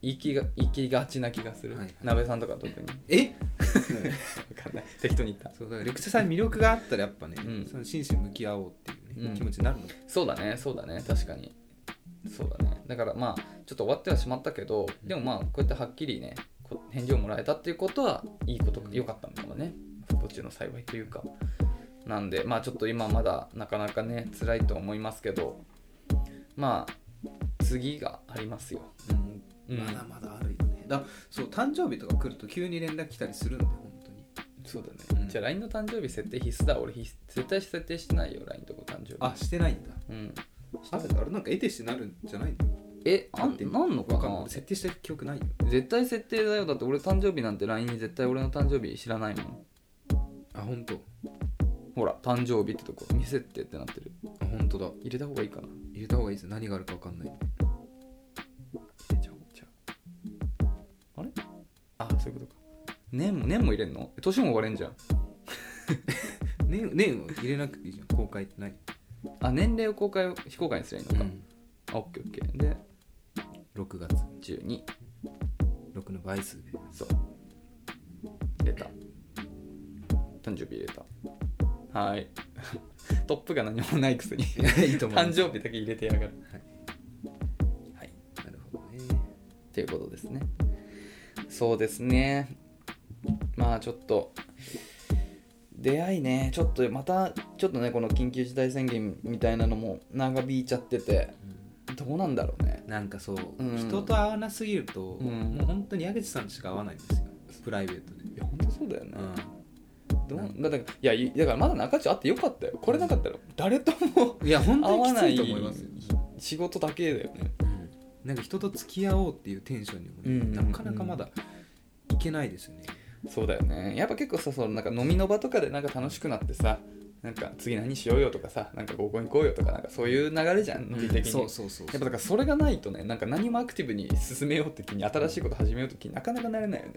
行きが行きがちな気がする、
はいはい
鍋さんとか特に
え
わかんない適当に言った
そうだからレクチャーさんに魅力があったらやっぱね、
うん
その真摯に向き合おうっていう、ね
うん
気持ちになるのか
そうだねそうだね確かにそうだねだからまあちょっと終わってはしまったけどでもまあこうやってはっきりねこ返事をもらえたっていうことはいいこと良かったのかもね不中の幸いというかなんでまあちょっと今まだなかなかね辛いと思いますけどまあ次がありますよ
うん
うん
まだまだあるよねだそう誕生日とか来ると急に連絡来たりするんだよ本当に
そうだね、
うん
じゃあ LINE の誕生日設定必須だ俺必絶対設定してないよ LINE とこ誕生日
あしてないんだ
うん
あれあれなんか得てしてなるんじゃないの
えあ
なんんて
なんのか
わ
な
かんない設定した記憶ないよ
絶対設定だよだって俺誕生日なんて LINE に絶対俺の誕生日知らないもん
あ本当
ほら誕生日ってとこ未設定ってなってる
あ本当だ
入れた方がいいかな
入れた方がいいです何があるかわかんない
入れちゃおうじゃああれあそういうことか年も年も入れんのえ年も終われんじゃん
年年を入れなくていいじゃん公開ってない
あ年齢を公開非公開にすればいいのか、あオッケーオッケーで
6月
12
6の倍数で
そう入れた誕生日入れたはーい トップが何もないくせに
いやいいと思う
誕生日だけ入れてやがるはい
なるほどね
っていうことですねそうですねまあちょっと出会いねちょっとまたちょっとねこの緊急事態宣言みたいなのも長引いちゃっててどうなんだろうね
なんかそう、
うん
人と会わなすぎると、
うん
もう本当に矢口さんしか会わないんですよプライベートで、
いや本当そうだよね、どう
な
だっていやいだからまだ中地あってよかったよこれなかったら誰とも
いや本
会
当
わ
にき
な
つ
い
いと思いますよ、
仕事だけだよね
うんなんか人と付き合おうっていうテンションにもね、
うん
なかなかまだいけないですよね、
そうだよねやっぱ結構さそのなんか飲みの場とかでなんか楽しくなってさなんか次何しようよとかさなんか合コン行こうよとかなんかそういう流れじゃん飲み的に、
そうそうそう
やっぱだからそれがないとねなんか何もアクティブに進めようって気に新しいこと始めようって気になかなかなれないよね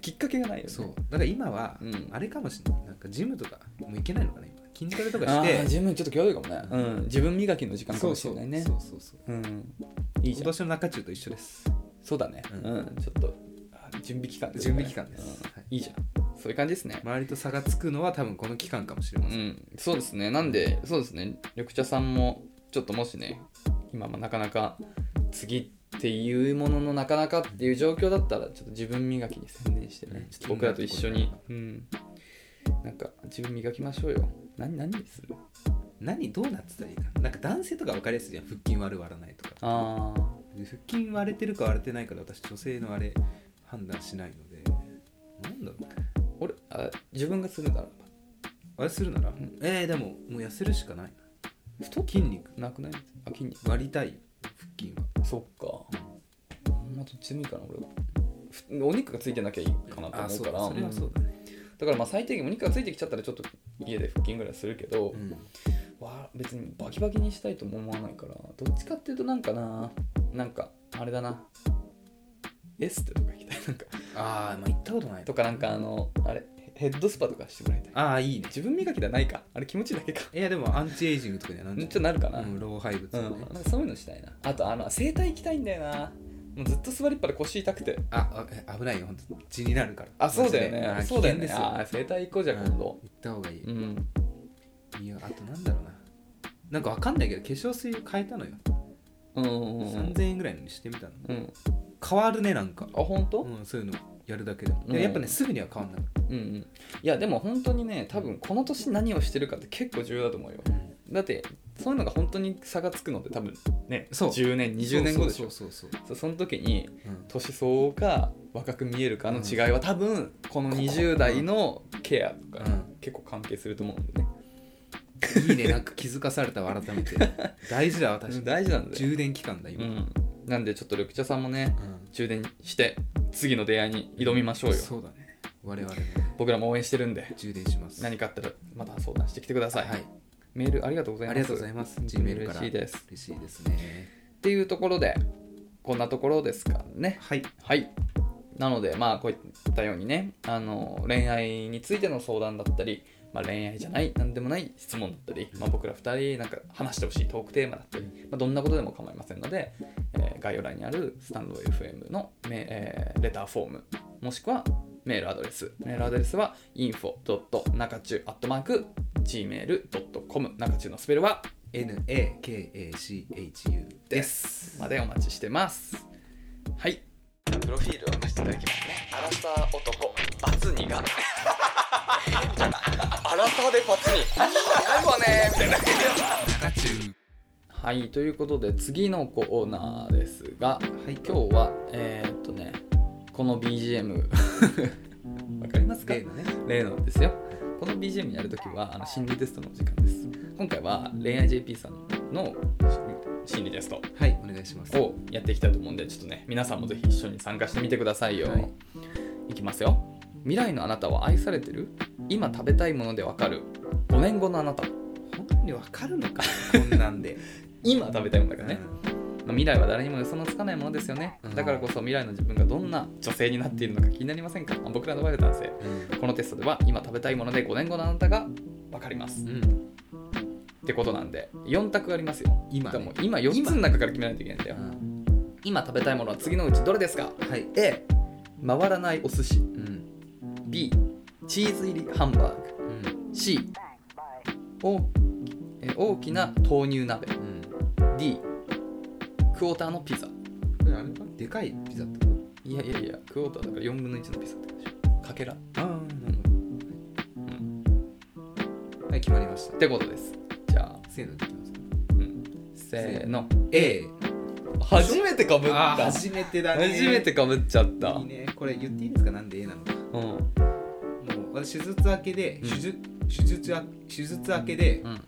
きっかけがないよね
そうだから今は、
うん
あれかもしれないなんかジムとかもういけないのかな今筋トレとか
あ
し
ー
て
自分ちょっと際どいかもね、うん、自分磨きの時間か
そ
も
う
し
そ
れ
う
ないね
そうそうそう
うんいい
今
じゃん
年の中中と一緒です
そうだねう、
うんん
ちょっとあ準備期間というかね
準備期間です
うん
はい
いいじゃんそういう感じですね
周りと差がつくのは多分この期間かもしれ
う
ません、
んそうですねなんでそうですね緑茶さんもちょっともしね今もなかなか次っていうもののなかなかっていう状況だったらちょっと自分磨きに専念してねちょっと僕らと一緒に、うん、なんか自分磨きましょうよ何何にする
何どうなってたらいいかななんか男性とか分かりやすいじゃん腹筋割る割らないとか
ああ
で腹筋割れてるか割れてないかで私女性のあれ判断しないのでなんだろう
俺あ自分がするなら
あれするなら、
ん
えー、でももう痩せるしかないな
太
筋肉
なくないあ筋肉
割りたいよ腹筋は
そっかあんまどっちでもいいかな俺はふお肉がついてなきゃいいかなと
あ
思う
そう
から
だそれはそうだね、
だからまあ最低限お肉がついてきちゃったらちょっと家で腹筋ぐらいするけど、
うん
わあ別にバキバキにしたいとも思わないからどっちかっていうとなんかななんかあれだなエステとか行きたいなんか
ああまあ行ったことない
とかなんかあのあれヘッドスパとかしてもらいたい
ああいいね
自分磨きではないかあれ気持ちいいだけか
いやでもアンチエイジングとかにはなん
ち
じゃ
ょっ
ない
となるかな、
うん、老廃物
う
と
ん
かね、
なんかそういうのしたいなあとあの整体行きたいんだよなもうずっと座りっぱで腰痛くて
ああえ危ないよ本当血になるから
あそうだよ
マジであ
ね
ー
そうだよ
危
ね
険です
あー整体行こうじゃん今度
行った方がいい、
うん
いやあとなんだろうななんかわかんないけど化粧水変えたのよ、
うんうんうん
3000円ぐらいのにしてみたの
うん
変わるねなんか
あ本当
うん、そういうのやるだけでも、
うん
やっぱねすぐには変わんなかっ
うんうんいやでも本当にね多分この年何をしてるかって結構重要だと思うよ
た、
だってそういうのが本当に差がつくのって多分ね
そう
10年20年後でしょ
そうそうそう
そうその時に
そう、うん
年相応か若く見えるかの違いは多分この20代のケアとかに
うん
結構関係すると思うんだよね、
いいねなんか気づかされたわ改め て大事だわ私
大事なんだよ、
充電期間だ
う
今、
ん、なんでちょっと緑茶さんもね
うん
充電して次の出会いに挑みましょうよ
そうだね我々も
僕らも応援してるんで
充電します
何かあったらまた相談してきてください、
はい
メールありがとうござい
あ
ます
りがとうございます。G メールから
嬉しいです
嬉しいですね。
っていうところでこんなところですかね
はい。
はいなのでまあこういったようにねあの恋愛についての相談だったり、まあ、恋愛じゃない何でもない質問だったり、まあ、僕ら2人なんか話してほしいトークテーマだったり、まあ、どんなことでも構いませんので、えー概要欄にあるスタンド FM のメ、えーレターフォームもしくはメールアドレスメールアドレスは info.nakachu.gmail.com 中中のスペルは
N A K A C H U です。
までお待ちしてますはいプロフィールを出していただきますねアラサー男バツ2がアラサーでバツ2やるわねみたいな
中中
はいということで次のコーナーですが、
い
今日はえーっとねこの BGM わかりますか
例のね。
例のですよこの BGM やるときはあの心理テストのお時間です今回は恋愛 JP さんの心理テスト
はい、お願いします。
をやっていきたいと思うんでちょっとね皆さんもぜひ一緒に参加してみてくださいよ、
はい
い、きますよ未来のあなたは愛されてる今食べたいものでわかる5年後のあなた
本当にわかるのか、こんなん で。
今食べたいものだからね、まあ未来は誰にも予想のつかないものですよね
うん
だからこそ未来の自分がどんな女性になっているのか気になりませんかまあ僕らの場合は男性
う
このテストでは今食べたいもので5年後のあなたがわかります
ん。うん。
ってことなんで4択ありますよ
今ね
でも今4つの中から決めないといけないんだよ今食べたいものは次のうちどれですか
はい
A 回らないお寿司
うん
B チーズ入りハンバーグ
うん
C おえ大きな豆乳鍋
うん。
D クォーターのピザ
これあれかでかいピザってこ
いやいやいやクォーターだから4分の1のピザってことでしょかけらっ
と。ああ、なるほど。はい、決まりました。
てことですじゃあ、
せーのできますか。
うん、せーの
A。
初めてかぶっ
あー
た初
初めてだね。
めてかぶっちゃった
いいね。これ言っていいですか、なんで A なのか。
うん
もう私手術明けで、
うん
手術手術あ手術明けで
うん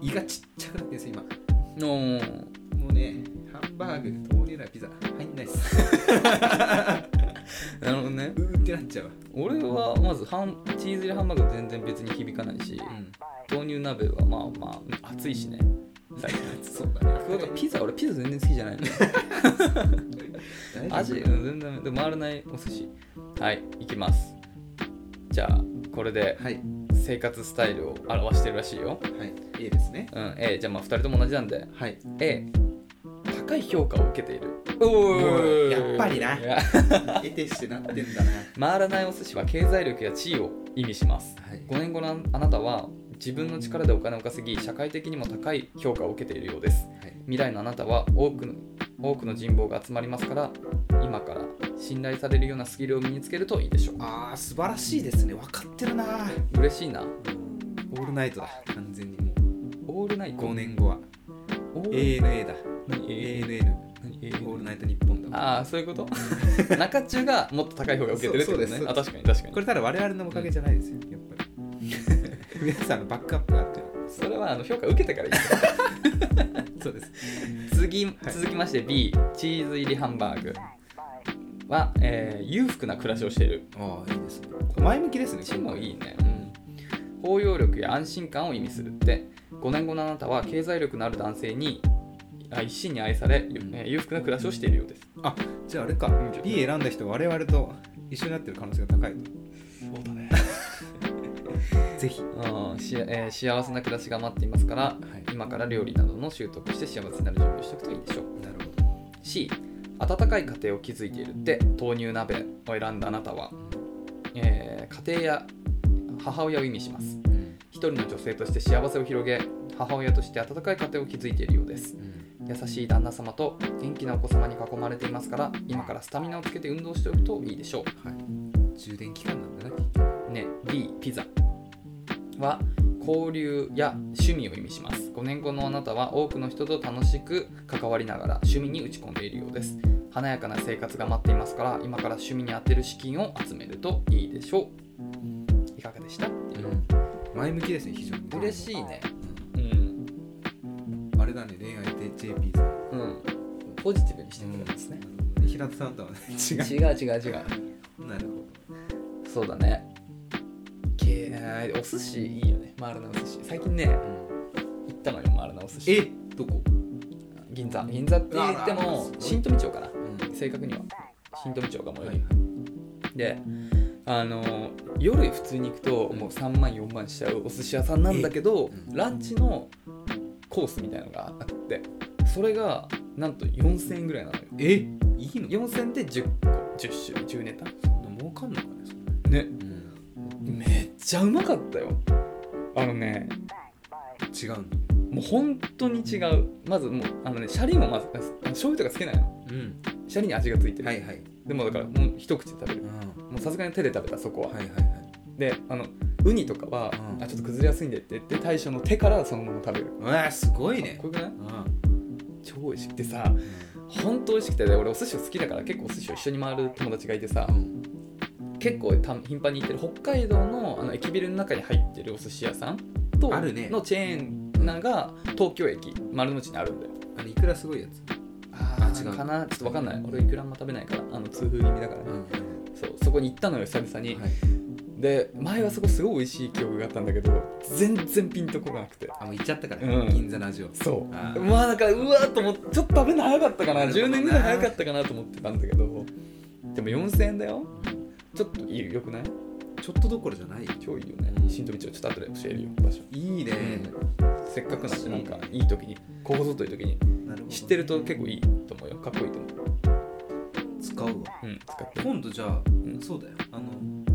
胃がちっちゃくなってるんですよ
おー
今もうねハンバーグ豆乳なピザ入んないっす
なるほどね
うーってなっちゃうわ、
俺はまずハンチーズ入りハンバーグ全然別に響かないし、
うん、
豆乳鍋はまあまあ暑いしね最近
そうだね
そうだピザ俺ピザ全然好きじゃないの味
大
う
丈夫
ん全然でも回らないお寿司はい行きますじゃあこれで
はい
生活スタイルを表してるらしいよ
はい A ですね
うん A じゃあまあ2人とも同じなんで
はい
A 高い評価を受けているお
ーやっぱりない
や
得てしてなってんだな
回らないお寿司は経済力や地位を意味します
はい
5年後のあなたは自分の力でお金を稼ぎ社会的にも高い評価を受けているようです
はい
未来のあなたは多くの多くの人望が集まりますから今から信頼されるようなスキルを身につけるといいでしょ
あー素晴らしいですね分かってるなー
う嬉しいな
オールナイトだ完全にも
オールナイ
う
ト
5年後は
オール
ANA だ
何
ANN
何
オールナイト日本だ
ああそういうこと 中中がもっと高い評価を受けてるってこ
そ
と
うそ
ね
うです
あ確かに確かに
これただ我々のおかげじゃないですよやっぱり皆さんのバックアップがあって
それはあの評価受けてからいいですよ
そうです
次続きまして B チーズ入りハンバーグは、えー裕福な暮らしをしている
ああいいですね前向きですね
こっちもいいね、うん、包容力や安心感を意味するって5年後のあなたは経済力のある男性にあ一心に愛され、ゆえー裕福な暮らしをしているようです
じゃああれか
ん
B 選んだ人我々と一緒になってる可能性が高い
そうだね、
ぜひ
うんしえー幸せな暮らしが待っていますから、
い
今から料理などの習得して幸せになる準備をしておくといいでしょう
なるほど
C 温かい家庭を築いているって豆乳鍋を選んだあなたは、えー家庭や母親を意味します一人の女性として幸せを広げ母親として温かい家庭を築いているようです優しい旦那様と元気なお子様に囲まれていますから今からスタミナをつけて運動しておくといいでしょ
はい充電期間なんだな
うね D ピザは交流や趣味を意味します5年後のあなたは多くの人と楽しく関わりながら趣味に打ち込んでいるようです華やかな生活が待っていますから今から趣味に充てる資金を集めるといいでしょういかがでした
前向きですね非常に
嬉しいねうん、
あれだね恋愛で JP さ ん
うん、ポジティブにしてくれますね、
で平田さんとはね違
違う違う違う
うなるほ
そうだねけーお寿司いいよね回るなお寿司最近ね
ど
行ったのよ回るなお寿司
えどこ
銀座銀座って言って
あら
も
すごい
新富町かな
うん
正確には新富町が最寄
は
り、
い
であのー夜普通に行くともう3万4万しちゃうお寿司屋さんなんだけど、
えうん
ランチのコースみたいのがあってそれがなんと4000円ぐらいなのよ
えいいの
4000円で10個10種10ネタ
そんな儲かんのかねそんな
ねめっちゃうまかったよあのね
違うの
もう本当に違うまずもうあのねシャリもまずあ醤油とかつけないの
うん
シャリに味がついてる、
はいはい
でもだからもう一口で食べる
うん
もうさすがに手で食べたそこは、
はいはいはい
であのウニとかは、
うん
あちょっと崩れやすいんでって言って大将の手からそのまま食べる
うわーすごいね
これくないう超美味しくてさ本当美味しくてで俺お寿司を好きだから結構お寿司を一緒に回る友達がいてさ、
ん
結構た頻繁に行ってる北海道のあの駅ビルの中に入ってるお寿司屋さんと
あるね
のチェーンなんが東京駅丸の内にあるんだよ
あれいくらすごいやつ
あ
ー違う
かなちょっと分かんない俺いくらも食べないからあの痛風気味だからね
ん
そうそこに行ったのよ久々に、
はい
で前はそこすごい美味しい記憶があったんだけど全然ピンとこがなくて
あもう行っちゃったから
うん
銀座の味を
そう
あー
まあだからうわーっと思ってちょっと食べるの早かったかな
なるほど
10
な
年ぐらい早かったかなと思ってたんだけどでも4000円だよちょっといいよくない
ちょっとどころじゃないよ
超いいよね
うん
新富町ちょっと後で教えるよ場所、
いいね
せっかくなんでなんかいい時にここぞという時に
なるほど
知ってると結構いいと思うよかっこいいと思う
使うわ
うん使って
今度じゃあ
ん
そうだよあの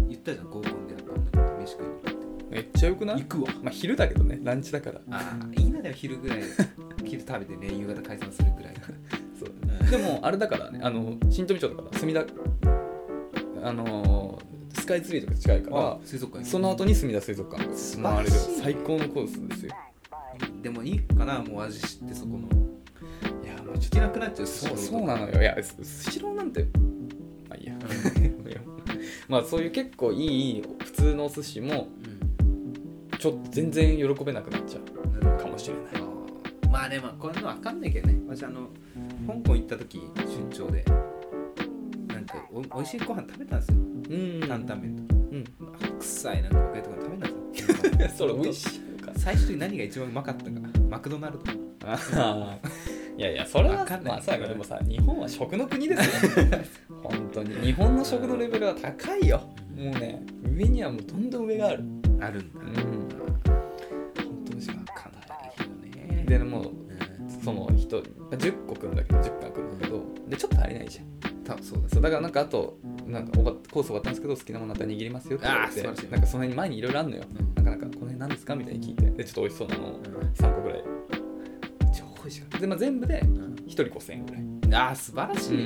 言ったじゃん合コンでやった女の子と飯食いに
めっちゃよくない
行くわ
まあ昼だけどねランチだから
ああいいなでも昼 ぐらい昼食べてね夕方解散するぐ らい
そう
うん
でもあれだからねあの新富町だから墨田あのースカイツリーとか近いから
水族館
その後に墨田水族館
素晴
回れ
ら
る
しい
最高のコースですよ
でもいいかなもう味知ってそこの
いやも
行けなくなっちゃう
そうそうなのよいやススシローなんてまあい いやいやまあそういう結構いい普通のお寿司も
う
ちょっと全然喜べなくなっちゃうん
なるほど
かもしれない
あーまあでもこういうの分かんないけどね私あの香港行った時出張でなんかお美味しいご飯食べたんですよ
うん
担々麺
うん
とか臭いなんか若いとか食べたんですよ
それ美味しいのか
最初に何が一番うまかったかマクドナルド
あーいやいやそれは
わかんない
まあさでもさ日本は食の国ですよ 本当に日本の食のレベルは高いよもうね上にはもうどんどん上がある
あるんだ、
ん
本当にしか分かんないけどね
でもう
うん
その人10個くんだけど10個くんだけどでちょっと足りないじゃん
たそうだ
そうだからなんかあとなんかおばコース終わったんですけど好きなものあったら握りますよって言われて
あー素晴らしい
なんかその辺に前にいろいろあんのよ、
うん
なんかなんかこの辺なんですかみたいに聞いてでちょっと美味しそうなのを3個ぐらい超美味しかったで、まあ、全部で1人5000円ぐらい
ああ素晴らしいね、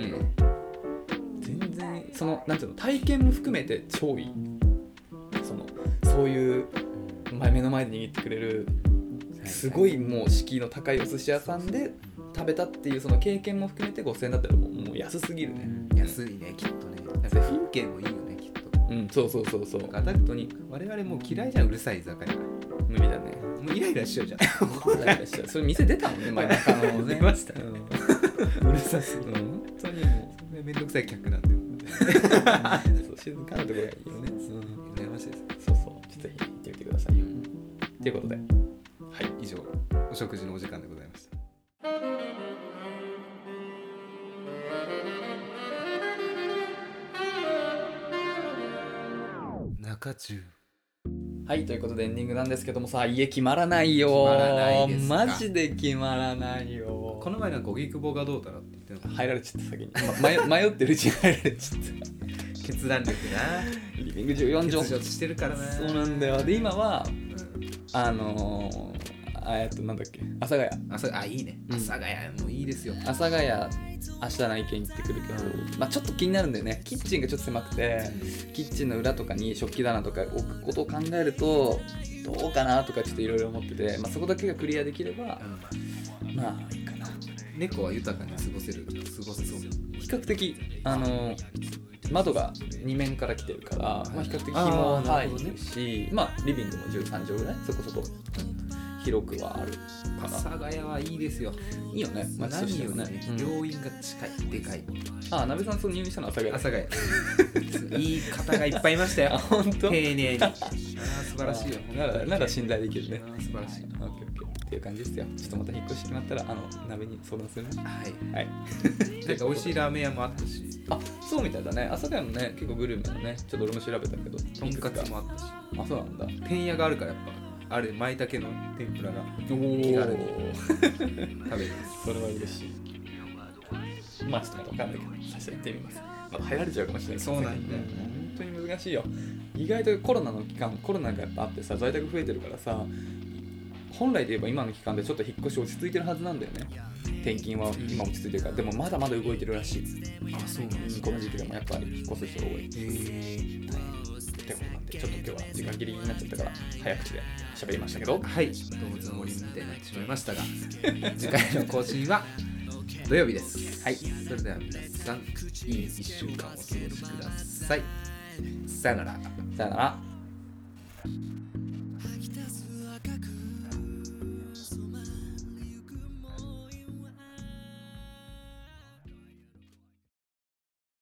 全然そのなんていうの体験も含めて超いいそのそういう前目の前で握ってくれるすごいもう敷居の高いお寿司屋さんで食べたっていうその経験も含めて5000円だったらもうもう安すぎるね
安いねきっとねなんか風景もいいよねきっと
うんそうそうそうそう
なんかアダクトに我々もう嫌いじゃんうるさい居酒屋
無理だね
もうイライラしちゃうじゃん
それ店出たも んね前中野のね
出ました
うん うん
うるさすぎ
本当にも
る めんどくさい客なんで
う そう静かなところがいいよね
羨ましいです
そうそうぜひ行ってみてくださいよということではい
以上お食事のお時間でございました中中
はいということでエンディングなんですけどもさ家決まらないよ
決まらないですか
マジで決まらないよ
この前なんか荻窪がどうだろうって言ってたの
入られちゃった先に、ま、迷迷ってるうちに入られちゃっ
決断力な
たリビング14
欠
畳
場してるからな
そうなんだよで今は
うん
あのー、あえっとなんだっけ阿佐ヶ谷
あそあいいね
うん
阿佐ヶ谷もういいですよ
阿佐ヶ谷明日の意見行ってくるけど、まあ、ちょっと気になるんだよねキッチンがちょっと狭くてキッチンの裏とかに食器棚とか置くことを考えるとどうかなとかちょっといろいろ思ってて、まあ、そこだけがクリアできれば
うん
まあいいかな
猫は豊かに過ごせる過ごせそう
比較的あの窓が2面から来てるから、まあ、比較的日も
あーなる
入
ほどね
るしまあ、リビングも13畳ぐらいそこそこ広くはある
阿
か
佐
な
ヶ谷はいいですよ
いいよねまあそう
何
し
よ
よ
り
う
ね
ね、
病院が近いでかい
あなべさんそう入院したの朝
阿
が
佐ヶ谷 いい方がいっぱいいました
あ
よ
本
丁
当
寧にあー素晴らしいよ
ならなら信頼できるね
あー素晴らしい
オッケーオッケーっていう感じですよちょっとまた引っ越して決まったらあの鍋に相談するね
はい
はい
なんか美味しいラーメン屋もあったし
あそうみたいだね朝がもね結構グルメのねちょっと俺も調べたけど
とんかつもあったし
あそうなんだ
てんやがあるからやっぱあれ舞茸の天ぷらが
おお
気軽に食べれます
それは嬉しいまあちょっとまだ分かんないけど最初行ってみますまだ流行られちゃうかもしれないけど
そうなんだよね
本当に難しいよ意外とコロナの期間コロナがやっぱあってさ在宅増えてるからさ本来で言えば今の期間でちょっと引っ越し落ち着いてるはずなんだよね転勤は今落ち着いてるからでもまだまだ動いてるらしい
あそうなん
うんこの時期でもやっぱり引っ越す人が多い
えー、
ってことなんでちょっと今日は時間ギリギリになっちゃったから早口で喋りましたけど
はい動物の森みたいになってしまいましたが次回の更新は土曜日です
はい
それでは皆さんいい1週間お過ごしくださいさよなら
さよなら